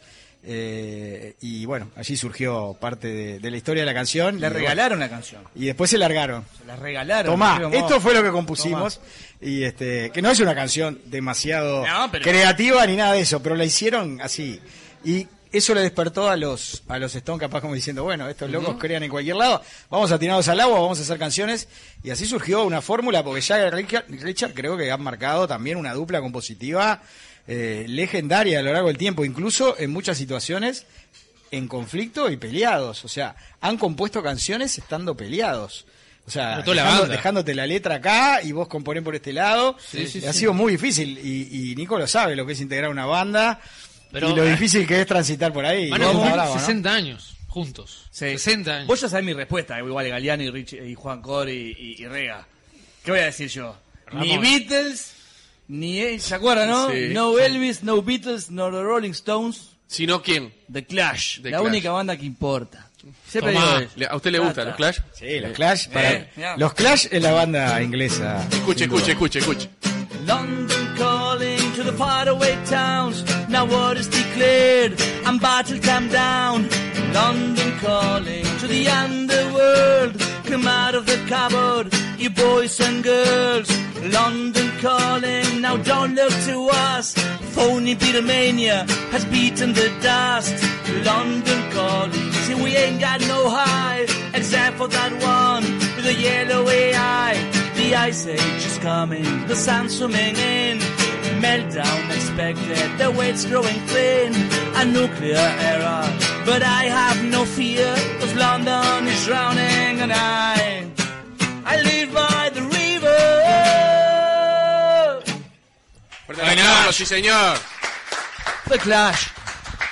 F: Eh, y bueno, allí surgió parte de, de la historia de la canción.
B: Le
F: y,
B: regalaron la canción.
F: Y después se largaron.
B: Se la regalaron.
F: Tomá,
B: Dijeron,
F: esto
B: "Vos".
F: fue lo que compusimos. Y este, que no es una canción demasiado
B: No, pero-
F: creativa ni nada de eso, pero la hicieron así. Y eso le despertó a los, a los Stone capaz como diciendo, bueno, estos locos crean en cualquier lado, vamos a tirarnos al agua, vamos a hacer canciones. Y así surgió una fórmula, porque ya Richard, Richard creo que han marcado también una dupla compositiva eh, legendaria a lo largo del tiempo, incluso en muchas situaciones en conflicto y peleados. O sea, han compuesto canciones estando peleados. O sea,
E: Como toda la
F: dejando-
E: banda.
F: dejándote la letra acá y vos componés por este lado.
E: Sí, sí,
F: ha
E: sí.
F: sido muy difícil y, y Nico lo sabe, lo que es integrar una banda
E: Pero-
F: y lo difícil que es transitar por ahí.
E: Van a
F: Vos,
E: cumplir
F: bravo, ¿no?
E: 60 años juntos.
B: Sí.
E: 60 años.
B: Vos ya sabés mi respuesta, eh, igual Galeano y, Rich- y Juan Cor y, y- y Rega. ¿Qué voy a decir yo? Ni
E: Ramón.
B: Beatles, ni. eh, ¿Se acuerdan, no?
D: Sí.
B: no Elvis, no Beatles, no The Rolling Stones,
D: Si no, ¿quién?
B: The Clash.
D: The
B: la
D: Clash.
B: única banda que importa. Siempre
E: Tomá.
B: digo eso.
D: Le- ¿A usted le gustan los Clash?
F: Sí, los Clash. para-
B: Eh, mirá.
F: los Clash es la banda inglesa.
D: Escuche,
F: sin duda.
D: escuche, escuche, escuche.
B: London calling to the faraway towns. Now war is declared and battle come down. London calling to the underworld. Come out of the cupboard, you boys and girls. London calling, now don't look to us. Phony Beatlemania has beaten the dust. London calling, see we ain't got no high except for that one with the yellowy eye. The ice age is coming, the sun's swimming in. Meltdown expected, the weight's growing thin. A nuclear era, but I have no fear, cause London is drowning and I, I live by the river.
D: Fuerte el aplauso, sí, señor.
B: The Clash.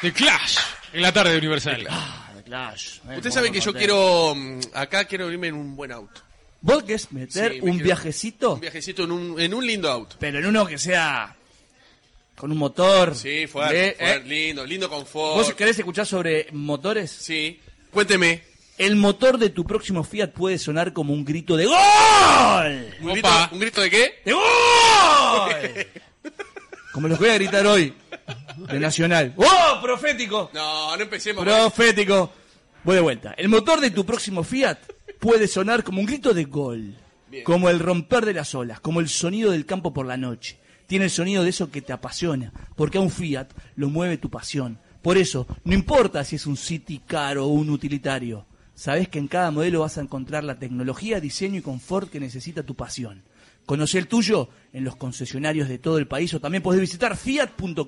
E: The Clash. En la tarde de Universal.
F: Ah.
B: Ah, The Clash.
D: Usted sabe que yo quiero. mm, Acá quiero irme en un buen auto.
B: ¿Vos querés meter
D: Sí, me
B: un
D: quiero-
B: viajecito?
D: Un viajecito en un, en un lindo auto.
B: Pero en uno que sea con un motor.
D: Sí,
B: ¿Ve?
D: fuerte,
B: ¿Eh?
D: fuerte, lindo, lindo confort.
B: ¿Vos querés escuchar sobre motores?
D: Sí. Cuénteme.
B: El motor de tu próximo Fiat puede sonar como un grito de ¡Gol!
D: ¿Un
E: Opa.
D: grito, ¿Un grito de qué?
B: ¡De gol! Como los voy a gritar hoy. De Nacional. ¡Oh! ¡Profético!
D: No, no empecemos.
B: ¡Profético! Voy de vuelta. El motor de tu próximo Fiat puede sonar como un grito de gol.
D: Bien.
B: Como el romper de las olas, como el sonido del campo por la noche. Tiene el sonido de eso que te apasiona, porque a un Fiat lo mueve tu pasión. Por eso, no importa si es un City Car o un utilitario, sabes que en cada modelo vas a encontrar la tecnología, diseño y confort que necesita tu pasión. Conoce el tuyo en los concesionarios de todo el país o también podés visitar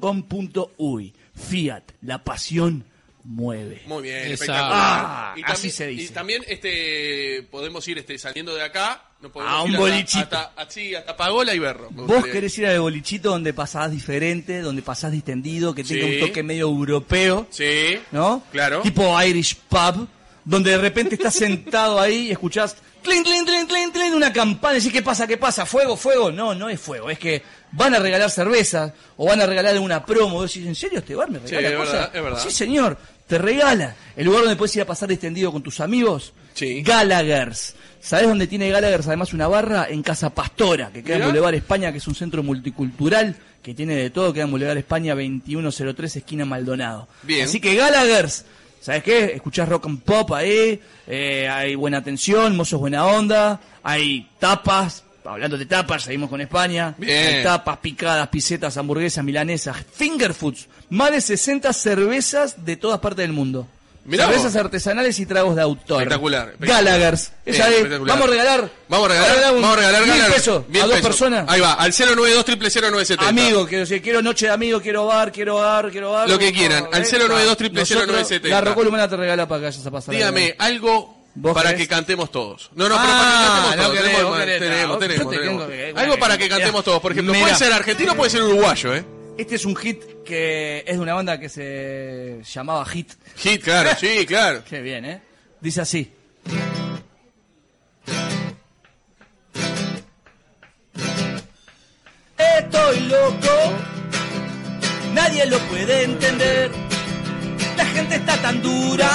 B: fiat.com.uy. Fiat, la pasión mueve.
D: Muy bien,
E: Esa-
D: espectacular.
B: Ah,
D: y
B: así se dice.
D: Y también este, podemos ir este, saliendo de acá. No podemos
B: A un
D: ir hasta-
B: bolichito.
D: Hasta, hasta- sí, hasta Pagola y Berro. Me
B: Vos
D: gustaría.
B: querés ir al bolichito donde pasás diferente, donde pasás distendido, que tenga
D: Sí.
B: un toque medio europeo,
D: Sí.
B: ¿no?
D: Claro.
B: Tipo Irish pub, donde de repente estás sentado ahí y escuchás clink, clink, clink, clink, clink, una campana y decís, ¿qué pasa, qué pasa? ¿Fuego, fuego? No, no es fuego, es que van a regalar cervezas o van a regalar una promo. Vos decís, ¿en serio este bar me regala
D: es
B: cosas?
D: verdad, es verdad.
B: Sí, señor, te regala. El lugar donde puedes ir a pasar distendido con tus amigos.
D: Sí.
B: Gallagher's. ¿Sabés dónde tiene Gallagher's además una barra? En Casa Pastora, que queda en
D: Mirá.
B: Boulevard España, que es un centro multicultural que tiene de todo, queda en Boulevard España 2103, esquina Maldonado.
D: Bien.
B: Así que Gallagher's, ¿sabés qué? Escuchás rock and pop ahí, eh, hay buena atención, mozos buena onda, hay tapas, hablando de tapas, seguimos con España.
D: Bien.
B: Hay tapas, picadas, pisetas, hamburguesas, milanesas, finger foods, más de 60 cervezas de todas partes del mundo.
D: Mirá vos.
B: cervezas artesanales y tragos de autor.
D: Espectacular, espectacular.
B: Gallagher's.
D: Bien,
B: Esa es.
D: espectacular.
B: Vamos a regalar.
D: eh, Vamos a regalar.
B: un
D: vamos a regalar.
B: mil
D: ganar.
B: pesos
D: Mil
B: a dos
D: pesos.
B: personas.
D: Ahí va, al 092
B: Amigo, quiero decir, quiero noche de amigos, quiero bar, quiero bar, quiero bar.
D: Lo que quieran, al 092
B: Nosotros,
D: 00970.
B: La Rocola Humana te regala para que vayas a pasar.
D: Dígame, algo
B: ¿Vos
D: Para
B: crees?
D: que cantemos todos. No, no, pero
B: Ah,
D: para que cantemos
B: no
D: todos.
B: querés,
D: tenemos,
B: vos querés, no,
D: tenemos,
B: vos
D: tenemos,
B: te
D: tenemos.
B: tengo que-
D: Algo para que
B: Mirá.
D: cantemos todos. Por ejemplo, puede
B: Mirá.
D: ser argentino, puede ser uruguayo, ¿eh?
B: Este es un hit que es de una banda que se llamaba Hit.
D: Hit, claro, sí, claro.
B: Qué bien, ¿eh? Dice así. Estoy loco, nadie lo puede entender. La gente está tan dura,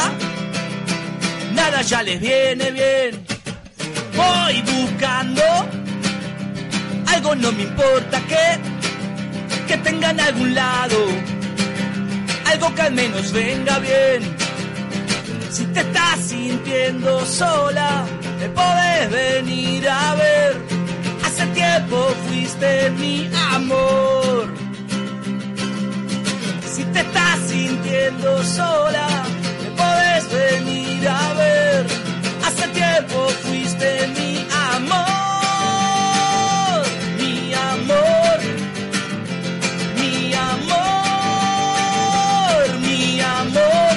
B: nada ya les viene bien. Voy buscando, algo no me importa que, que tengan algún lado, algo que al menos venga bien. Si te estás sintiendo sola, me podés venir a ver. Hace tiempo fuiste mi amor. Si te estás sintiendo sola, me podés venir a ver. Hace tiempo fuiste mi amor. Mi amor. Mi amor. Mi amor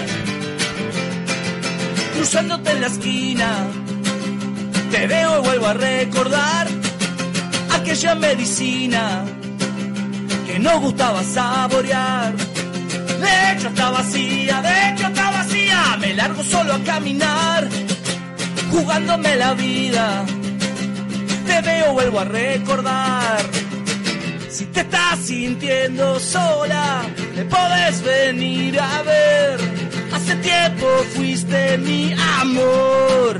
B: cruzándote en la esquina. Te veo y vuelvo a recordar aquella medicina que no gustaba saborear. De hecho está vacía, de hecho está vacía. Me largo solo a caminar, jugándome la vida. Te veo, vuelvo a recordar. Si te estás sintiendo sola, me podés venir a ver. Hace tiempo fuiste mi amor.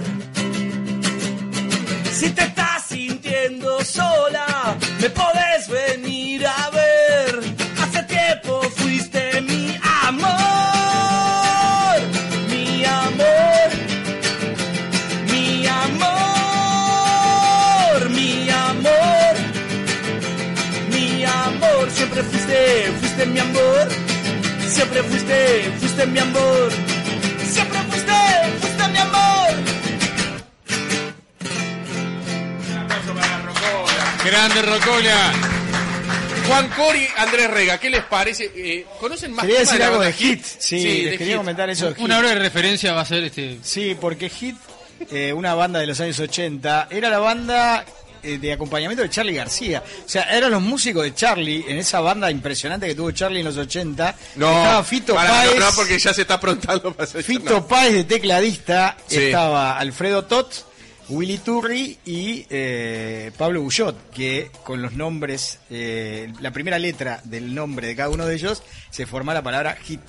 B: Si te estás sintiendo sola, me podés venir a ver. Hace tiempo fuiste mi amor. Mi amor. Mi amor. Mi amor. Mi amor, siempre fuiste, fuiste mi amor. Siempre fuiste, fuiste mi amor. Siempre fuiste, fuiste mi amor.
E: Grande Rocola.
D: Juan Cori, Andrés Rega, ¿qué les parece? Eh, ¿Conocen más
F: Quería
D: tema
F: decir
D: la
F: algo
D: banda
F: de Hit. Sí,
D: Sí,
F: les
D: de
F: quería
D: Hit.
F: comentar eso de Hit.
E: Una hora de referencia va a ser este.
F: Sí, porque Hit, eh, una banda de los años 80, era la banda eh, de acompañamiento de Charlie García. O sea, eran los músicos de Charlie en esa banda impresionante que tuvo Charlie en los 80.
D: Ah,
F: estaba Fito
D: pará,
F: Páez.
D: No, no, porque ya se está aprontando para hacer-
F: Fito Páez de tecladista,
D: Sí.
F: estaba Alfredo Tot, Willy Turri y eh, Pablo Bullot, que con los nombres, eh, la primera letra del nombre de cada uno de ellos, se forma la palabra hit,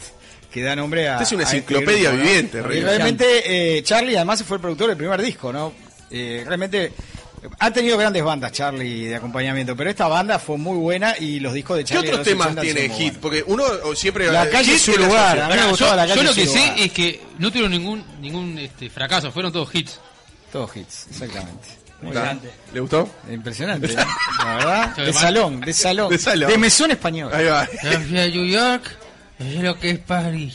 F: que da nombre a...
D: Esta es una
F: a este
D: enciclopedia
F: grupo, ¿no?
D: viviente,
F: Y
D: Rey.
F: realmente eh, Charlie además fue el productor del primer disco, ¿no? Eh, realmente eh, ha tenido grandes bandas Charlie de acompañamiento, pero esta banda fue muy buena y los discos de
D: ¿Qué
F: Charlie... de
D: otros
F: los
D: temas
F: 80
D: tiene
F: son muy
D: Hit?
F: buenos.
D: Porque uno o siempre...
F: La calle
D: Hit
F: es su
D: te la
F: lugar,
D: asocia.
F: a mí me
E: Pará,
F: gustaba
E: yo,
F: la calle
E: yo lo que
F: Silva.
E: sé es que no tuvieron ningún ningún este, fracaso, fueron todos hits.
F: Todos hits, exactamente. Muy
D: Está.
F: grande.
D: ¿Le gustó?
F: Impresionante, ¿no? la verdad.
E: Se
F: De
E: me va.
F: salón, de salón.
D: De salón.
F: mesón español.
D: Ahí va.
E: de New York es lo que es París.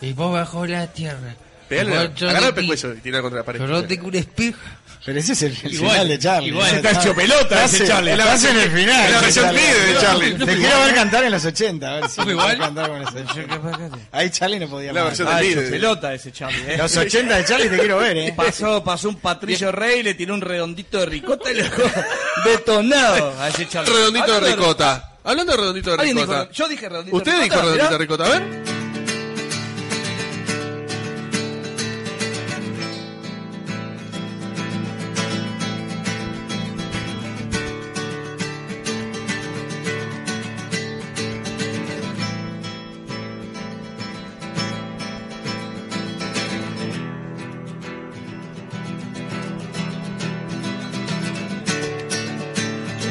E: Y vos bajo la tierra.
D: Pegale, agarra el pescuezo y tira contra la pared.
E: un espejo.
F: Pero ese es el, el
E: Igual,
F: final de Charlie.
E: igual.
F: Ya
E: Está
F: está
G: hecho pelota
F: Lo
G: ese
F: hace-
G: Charlie.
F: Lo hace en el final.
D: Es la versión pibe de Charlie.
F: Te quiero ver cantar en los 80, a ver si
E: No, igual.
F: puedo cantar con los 80. Ahí Charlie no podía
D: La
F: más.
D: versión del líder.
B: Pelota ese Charlie,
F: Los 80 de Charlie te quiero ver, eh.
B: Pasó, pasó un Patricio Rey, le tiró un redondito de ricota y le dejó detonado a ese Charlie.
D: Redondito de
B: Hablando
D: ricota. Hablando de redondito de
B: Alguien dijo-
D: ricota.
B: yo dije redondito de
D: Usted
B: ricota,
D: dijo redondito
B: mirá.
D: de ricota. A ver.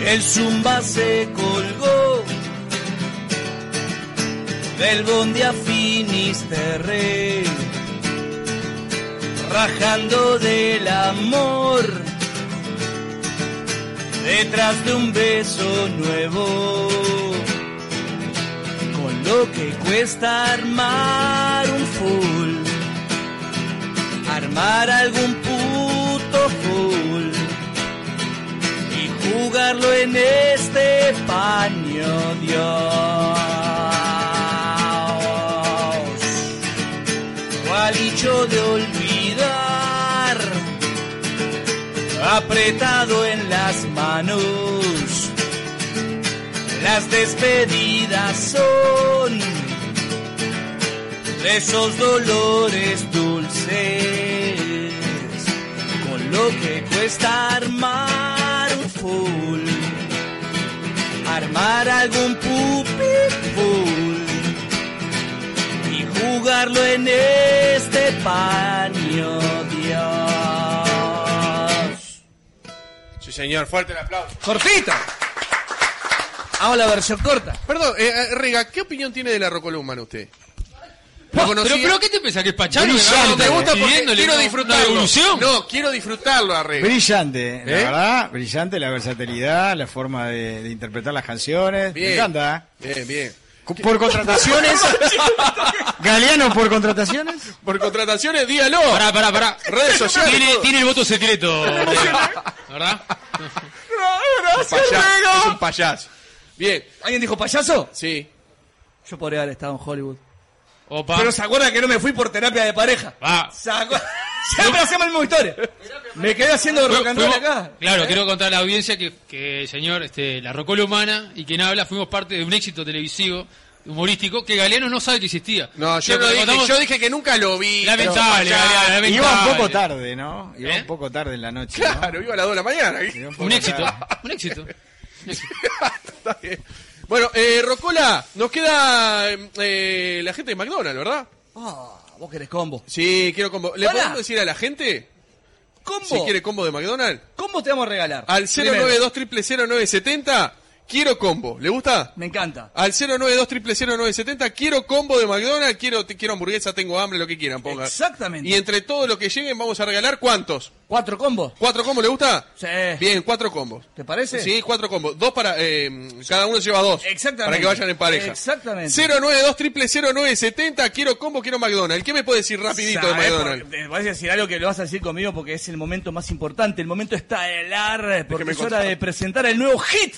B: El zumba se colgó del bondi a Finisterre, rajando del amor detrás de un beso nuevo, con lo que cuesta armar un full, armar algún puto full y jugarlo en este paño, Dios. Cual dicho de olvidar completado en las manos. Las despedidas son de esos dolores dulces, con lo que cuesta armar un full, armar algún pupi full y jugarlo en este paño, Dios.
D: Sí, señor, fuerte el aplauso.
B: ¡Cortita! Hago la versión corta.
D: Perdón, eh, eh, Rega, ¿qué opinión tiene de la rocola humana usted? ¿Lo
E: Pero,
D: conocía?
E: pero ¿qué te pensás? ¿Que es Pachano?
D: Brillante.
E: Que va
D: me gusta porque
E: pidiéndole
D: quiero
E: una-
D: disfrutarlo.
E: una evolución.
D: No, quiero disfrutarlo a Rega.
F: Brillante, la
D: ¿Eh?
F: verdad, brillante la versatilidad, la forma de, de interpretar las canciones.
D: Bien.
F: Me encanta.
D: Bien, bien.
F: Co- Por contrataciones. Galeano, por contrataciones.
D: Por contrataciones, dígalo.
E: Pará, pará, pará.
D: Redes sociales,
E: Tiene,
D: todo.
E: tiene el voto secreto. ¿Verdad?
D: Es un payaso, es un payaso. Bien,
B: ¿Alguien dijo payaso?
D: sí.
B: Yo podría haber estado en Hollywood.
E: Opa.
B: Pero se acuerda que no me fui por terapia de pareja.
E: Va.
B: ¿Se acuerda? Siempre hacemos el mismo historia. Me quedé haciendo rock and roll
E: Fuimos-
B: acá.
E: Claro, quiero contar a la audiencia que, que, señor, este, la Rocola Humana y quien habla fuimos parte de un éxito televisivo, humorístico, que Galeano no sabe que existía.
D: No, yo,
E: Siempre
D: no
E: lo
D: dije,
E: contamos-
D: yo dije que nunca lo vi.
E: Lamentable,
D: Pero-
E: Galeano, lamentable.
F: Iba un poco tarde, ¿no? Iba
E: ¿Eh?
F: un poco tarde en la noche. ¿no?
D: Claro, iba a las 2 de la mañana.
F: Iba poco
E: Un éxito,
F: tarde.
E: un éxito.
D: Está bien. Bueno, eh, Rocola, nos queda eh, la gente de McDonald's, ¿verdad?
B: Ah, vos querés combo.
D: Sí, quiero combo. ¿Le
B: Hola.
D: podemos decir a la gente
B: ¿Combo?
D: si quiere combo de McDonald's?
B: ¿Combo te vamos a regalar?
D: Al
B: Primero.
D: 092 0970 quiero combo. ¿Le gusta?
B: Me encanta.
D: Al 092 0970 quiero combo de McDonald's, quiero, te- quiero hamburguesa, tengo hambre, lo que quieran, pongan.
B: Exactamente.
D: Y entre todos los que lleguen vamos a regalar cuántos.
B: ¿Cuatro combos?
D: ¿Cuatro combos le gusta?
B: Sí.
D: Bien, cuatro combos.
B: ¿Te parece?
D: Sí, cuatro combos. Dos para. eh, cada uno lleva dos.
B: Exactamente.
D: Para que vayan en pareja.
B: Exactamente.
D: 092 0970 Quiero combo, quiero McDonald's. ¿Qué me puede decir rapidito de
B: ¿Sabés
D: McDonald's?
B: eh, por- Te vas a decir algo que lo vas a decir conmigo porque es el momento más importante. El momento está helar porque
D: Déjeme
B: es hora
D: contar.
B: de presentar el nuevo hit.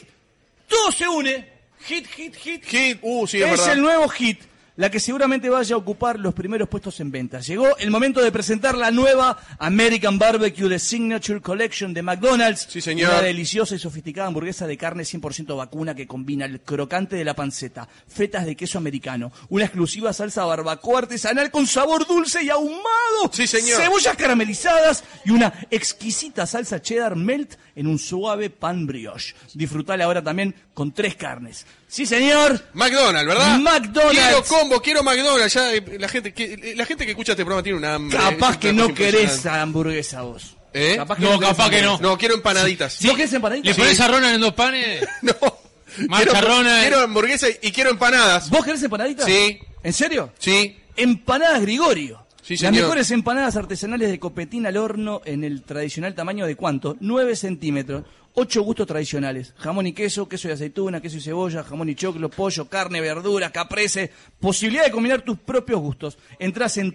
B: Todo se une. Hit, hit, hit.
D: Hit. Uh, sí, es,
B: es
D: verdad.
B: el nuevo hit. La que seguramente vaya a ocupar los primeros puestos en venta. Llegó el momento de presentar la nueva American Barbecue The Signature Collection de McDonald's.
D: Sí, señor.
B: Una deliciosa y sofisticada hamburguesa de carne 100% vacuna que combina el crocante de la panceta, fetas de queso americano, una exclusiva salsa barbacoa artesanal con sabor dulce y ahumado.
D: Sí, señor.
B: Cebollas caramelizadas y una exquisita salsa cheddar melt en un suave pan brioche. Disfrutala ahora también con tres carnes. Sí, señor.
D: McDonald's, ¿verdad?
B: McDonald's.
D: Quiero combo, quiero McDonald's. Ya, eh, la, gente que, eh, la gente que escucha este programa tiene un hambre. Es
B: Capaz
D: una
B: que no
D: cosa
B: querés
D: impresionante.
B: a hamburguesa vos.
D: ¿Eh?
E: No,
B: querés
E: capaz que
B: hamburguesa.
D: No, quiero empanaditas.
B: ¿No querés empanaditas?
E: ¿Le pones a Ronan en dos panes?
D: No.
E: Marcha
D: quiero,
E: Ronald.
D: quiero hamburguesa y y quiero empanadas.
B: ¿Vos querés empanaditas?
D: Sí.
B: ¿En serio?
D: Sí.
B: Empanadas Grigorio.
D: Sí,
B: Las
D: señor.
B: mejores empanadas artesanales de copetín al horno en el tradicional tamaño de cuánto? 9 centímetros. Ocho gustos tradicionales. Jamón y queso, queso y aceituna, queso y cebolla, jamón y choclo, pollo, carne, verduras, caprese. Posibilidad de combinar tus propios gustos. Entrás en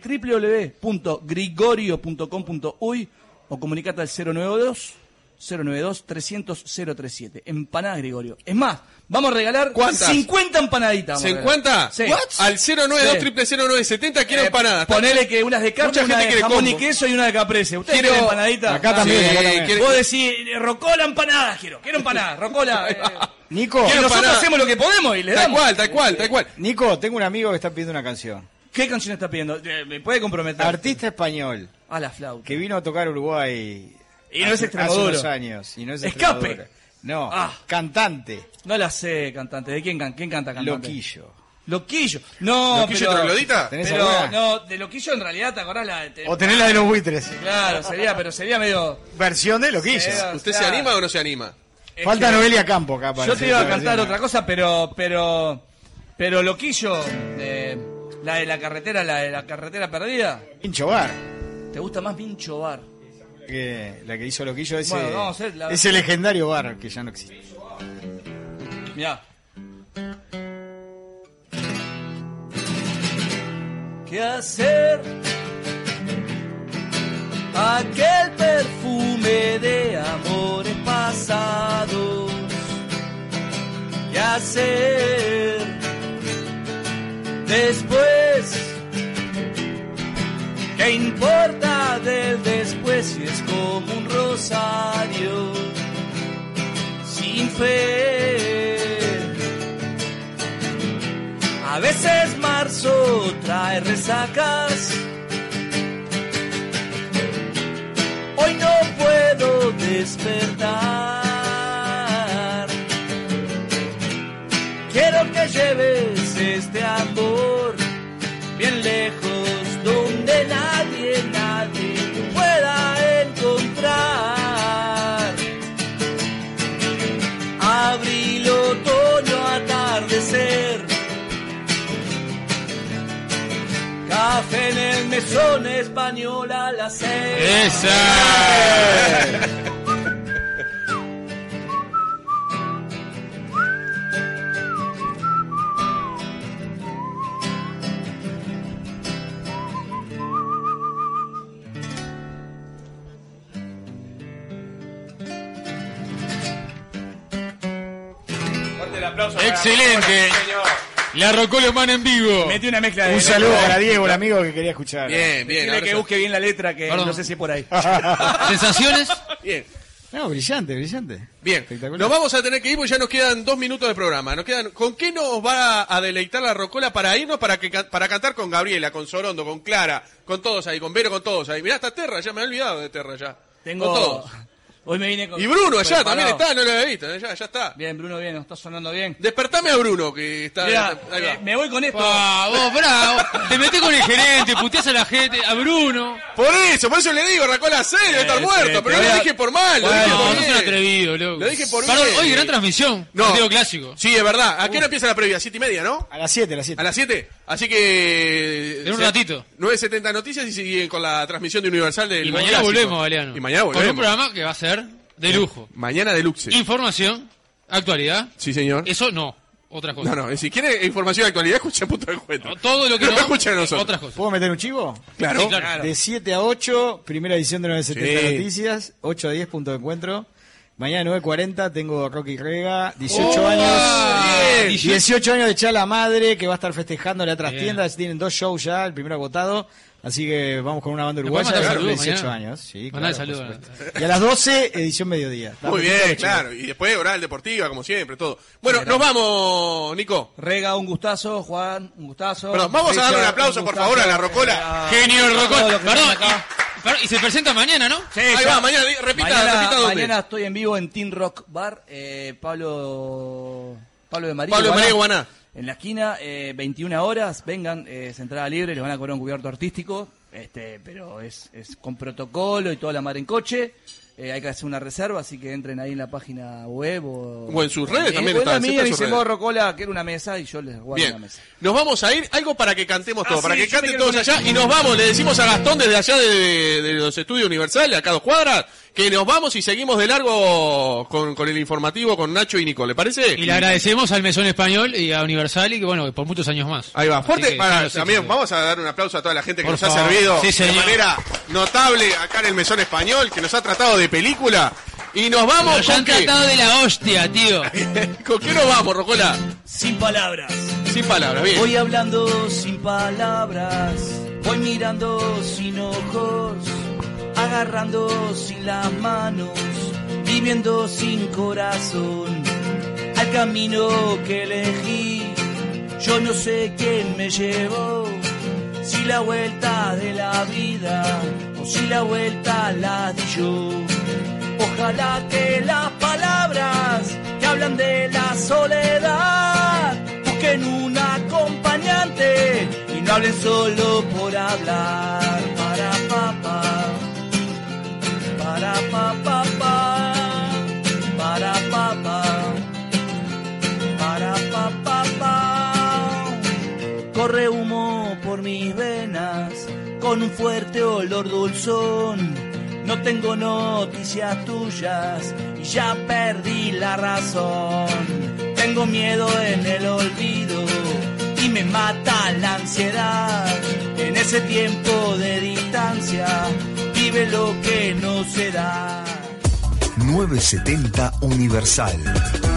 B: www.grigorio.com.uy o comunicate al 092 092 300 037. Empanadas Grigorio. Es más, vamos a regalar
D: ¿Cuántas?
B: 50 empanaditas.
D: ¿Se
B: vamos a regalar.
D: encuentra?
B: Sí.
D: Al 092
B: Sí.
D: 0970 quiero
B: Eh,
D: empanadas.
B: Ponele que unas de carne,
D: Mucha
B: una
D: gente
B: de
D: quiere
B: jamón
D: combo.
B: y queso y una de caprese. ¿Usted
D: Quiero-
B: quiere empanadita?
F: Acá también,
D: Sí,
F: acá también.
D: quiere-
B: Vos decís, eh, Rocola empanadas quiero. Quiero empanadas, Rocola. eh.
F: Nico,
B: Que nosotros
D: empanada.
B: hacemos lo que podemos y le
D: Tal
B: damos.
D: cual, tal cual, tal cual.
F: Nico, tengo un amigo que está pidiendo una canción.
B: ¿Qué canción está pidiendo? Eh, ¿Me puede comprometer?
F: Artista español
B: A la flauta.
F: que vino a tocar Uruguay.
B: Y no es
F: hace-
B: Extremoduro.
F: hace unos años. Y no es
B: Escape.
F: Extremoduro. No,
B: Ah.
F: cantante.
B: No la sé, cantante. ¿De quién, can- quién canta cantante?
F: Loquillo.
B: Loquillo. No,
D: ¿Loquillo
B: pero...
D: troglodita?
F: ¿Tenés
B: Pero,
F: alguna?
B: no, de Loquillo en realidad, ¿te acordás la...? te-
F: O tenés la de los buitres.
B: Claro, sería, pero sería medio...
F: Versión de Loquillo.
B: Eh,
D: ¿Usted
B: o sea,
D: se anima o no se anima?
B: es
F: Falta
B: que-
F: Noelia Campo acá para
B: Yo
F: hacer
B: te iba a
F: esta
B: cantar
F: versión.
B: otra cosa, pero, pero, pero loquillo, eh, la de la carretera, la de la carretera perdida,
F: Pincho Bar.
B: ¿te gusta más Vincho Bar?
F: que- la que hizo Loquillo ese,
B: Bueno, vamos a hacer la-
F: ese legendario bar que ya no existe.
B: Mirá. ¿Qué hacer? Aquel perfume de amores pasados. ¿Qué hacer? Después. ¿Qué importa del después si es como un rosario sin fe. A veces marzo trae resacas. Hoy no puedo despertar. Quiero que lleves este amor bien lejos donde nadie, nadie pueda encontrar. Abril, otoño, atardecer. Café en el mesón español a las seis.
E: ¡Esa!
C: Fuerte el aplauso.
E: Excelente.
C: Para Rocolo, sí,
E: La Rocola Humana en vivo.
B: Metí una mezcla de.
F: Un saludo para Diego, el amigo que quería escuchar.
D: Bien, bien.
B: Dile
D: ahora
B: que
D: sí.
B: busque Eh, bien la letra, que
E: Perdón.
B: no sé si es por
D: Ah,
B: ahí.
E: ¿Sensaciones?
D: Bien.
F: No, brillante, brillante.
D: Bien,
F: Espectacular.
D: nos vamos a tener que ir porque ya nos quedan dos minutos de programa. Nos quedan, ¿Con qué nos va a deleitar la Rocola para irnos, para, que, ca- para cantar con Gabriela, con Sorondo, con Clara, con todos ahí, con Vero, con todos ahí? Mirá, está Terra, ya me he olvidado de Terra ya. Con
B: Tengo.
D: todos.
B: Hoy me vine con.
D: Y Bruno allá
B: preparado.
D: también está, no lo había visto, eh, ya, ya está.
B: Bien, Bruno, bien, está sonando bien.
D: Despertame a Bruno, que está...
B: Mira,
D: ahí va.
B: eh, me voy con esto.
E: Pa, vos, bravo. Te metés con el gerente, puteás a la gente, a Bruno.
D: Por eso, por eso le digo, Racola, sé, debe estar
B: Eh,
D: muerto,
B: te-
D: pero
B: te
D: no lo
B: voy a-
D: dije por mal, lo
B: Bueno,
D: dije por
E: No, no
D: bien.
E: son atrevido, loco.
D: Lo dije por
E: Perdón,
D: bien.
E: hoy gran transmisión.
D: No.
E: Partido clásico.
D: Sí, es verdad. ¿A qué hora empieza la previa? ¿Siete y media, no?
F: A las 7, a las 7.
D: A las 7. Así que.
E: En un
D: se-
E: ratito.
D: 9.70 noticias y siguen con la transmisión de Universal del
E: Y mañana
D: Clásico.
E: volvemos, Galeano.
D: Y mañana
E: Con un
D: volvemos.
E: programa que va a ser de lujo.
D: Mañana deluxe.
E: Información, actualidad.
D: Sí, señor.
E: Eso no, otras
D: No,
E: cosas.
D: no. Si quiere información de actualidad, escucha punto de encuentro.
E: No, Todo lo que
D: no.
E: no,
D: escucha a nosotros.
E: otras cosas.
F: ¿Puedo meter un chivo?
D: Claro.
E: Sí, claro.
F: De 7 a 8, primera edición de 970
D: Sí.
F: Noticias, 8 a 10, punto de encuentro. Mañana 9.40 tengo a Rocky Rega, 18 años.
D: Oh, bien.
F: 18 años de Chala Madre, que va a estar festejando la trastienda. Tienen dos shows ya, el primero agotado. Así que vamos con una banda
E: ¿Le podemos
F: uruguaya
E: mandar
F: de
E: saludos
F: 18
E: mañana?
F: años. Sí,
E: Mandale
F: claro, por
E: saludos.
F: supuesto. Y a las 12, edición mediodía.
D: Muy
F: Estamos
D: bien,
F: juntos,
D: claro. Y después oral deportiva, como siempre, todo. Bueno, nos vamos, Nico.
B: Rega, un gustazo, Juan, un gustazo.
D: Perdón, vamos a darle un aplauso, por favor, a la
B: Ah.
D: Rocola.
E: Genio el
B: Todo lo
E: Rocola.
B: que
E: Perdón,
B: tenemos acá.
E: y, perdón, y se presenta mañana, ¿no?
D: Ahí va, mañana, di- repita,
B: Mañana,
D: repita dónde.
B: mañana estoy en vivo en Team Rock Bar, eh, Pablo Pablo de María.
D: Pablo de
B: Guaná.
D: María Guaná.
B: En la esquina, eh, 21 horas, vengan, eh, es entrada libre, les van a cobrar un cubierto artístico, este, pero es, es con protocolo y toda la mar en coche. eh, hay que hacer una reserva, así que entren ahí en la página web o,
D: O en sus redes también
B: Bueno,
D: están,
B: a mí
D: siempre
B: me
D: en sus
B: dicen,
D: redes.
B: "Vos, Rocola, quiero una mesa y yo les guardo una
D: Bien,
B: mesa.
D: nos vamos a ir, algo para que cantemos todo,
B: Ah,
D: para
B: sí,
D: que
B: yo me
D: canten
B: quiero
D: todos
B: poner-
D: allá y nos vamos, le decimos a Gastón desde allá de, de los estudios universales, acá a dos cuadras, que nos vamos y seguimos de largo con, con el informativo con Nacho y Nico, ¿le parece?
E: Y le agradecemos al Mesón Español y a Universal y que, bueno, que por muchos años más.
D: Ahí va,
E: Así
D: fuerte,
E: que,
D: para-
E: sí, sí,
D: también
E: sí.
D: vamos a dar un aplauso a toda la gente que
E: Por
D: nos ha
E: favor.
D: servido
E: Sí,
D: de
E: señor.
D: manera notable acá en el Mesón Español, que nos ha tratado de película y nos vamos
E: Nos
D: con
E: han
D: qué?
E: tratado de la hostia, tío.
D: ¿Con qué nos vamos, Rocola?
B: Sin palabras.
D: Sin palabras, bien.
B: Voy hablando sin palabras, voy mirando sin ojos, agarrando sin las manos, viviendo sin corazón. Al camino que elegí, yo no sé quién me llevó, si la vuelta de la vida o si la vuelta la di yo. Ojalá que las palabras que hablan de la soledad busquen un acompañante y no hablen solo por hablar. Para papá, para papá, para papá, para papá. Corre humo por mis venas con un fuerte olor dulzón. No tengo noticias tuyas y ya perdí la razón. Tengo miedo en el olvido y me mata la ansiedad. En ese tiempo de distancia vive lo que no se da.
A: 970 Universal.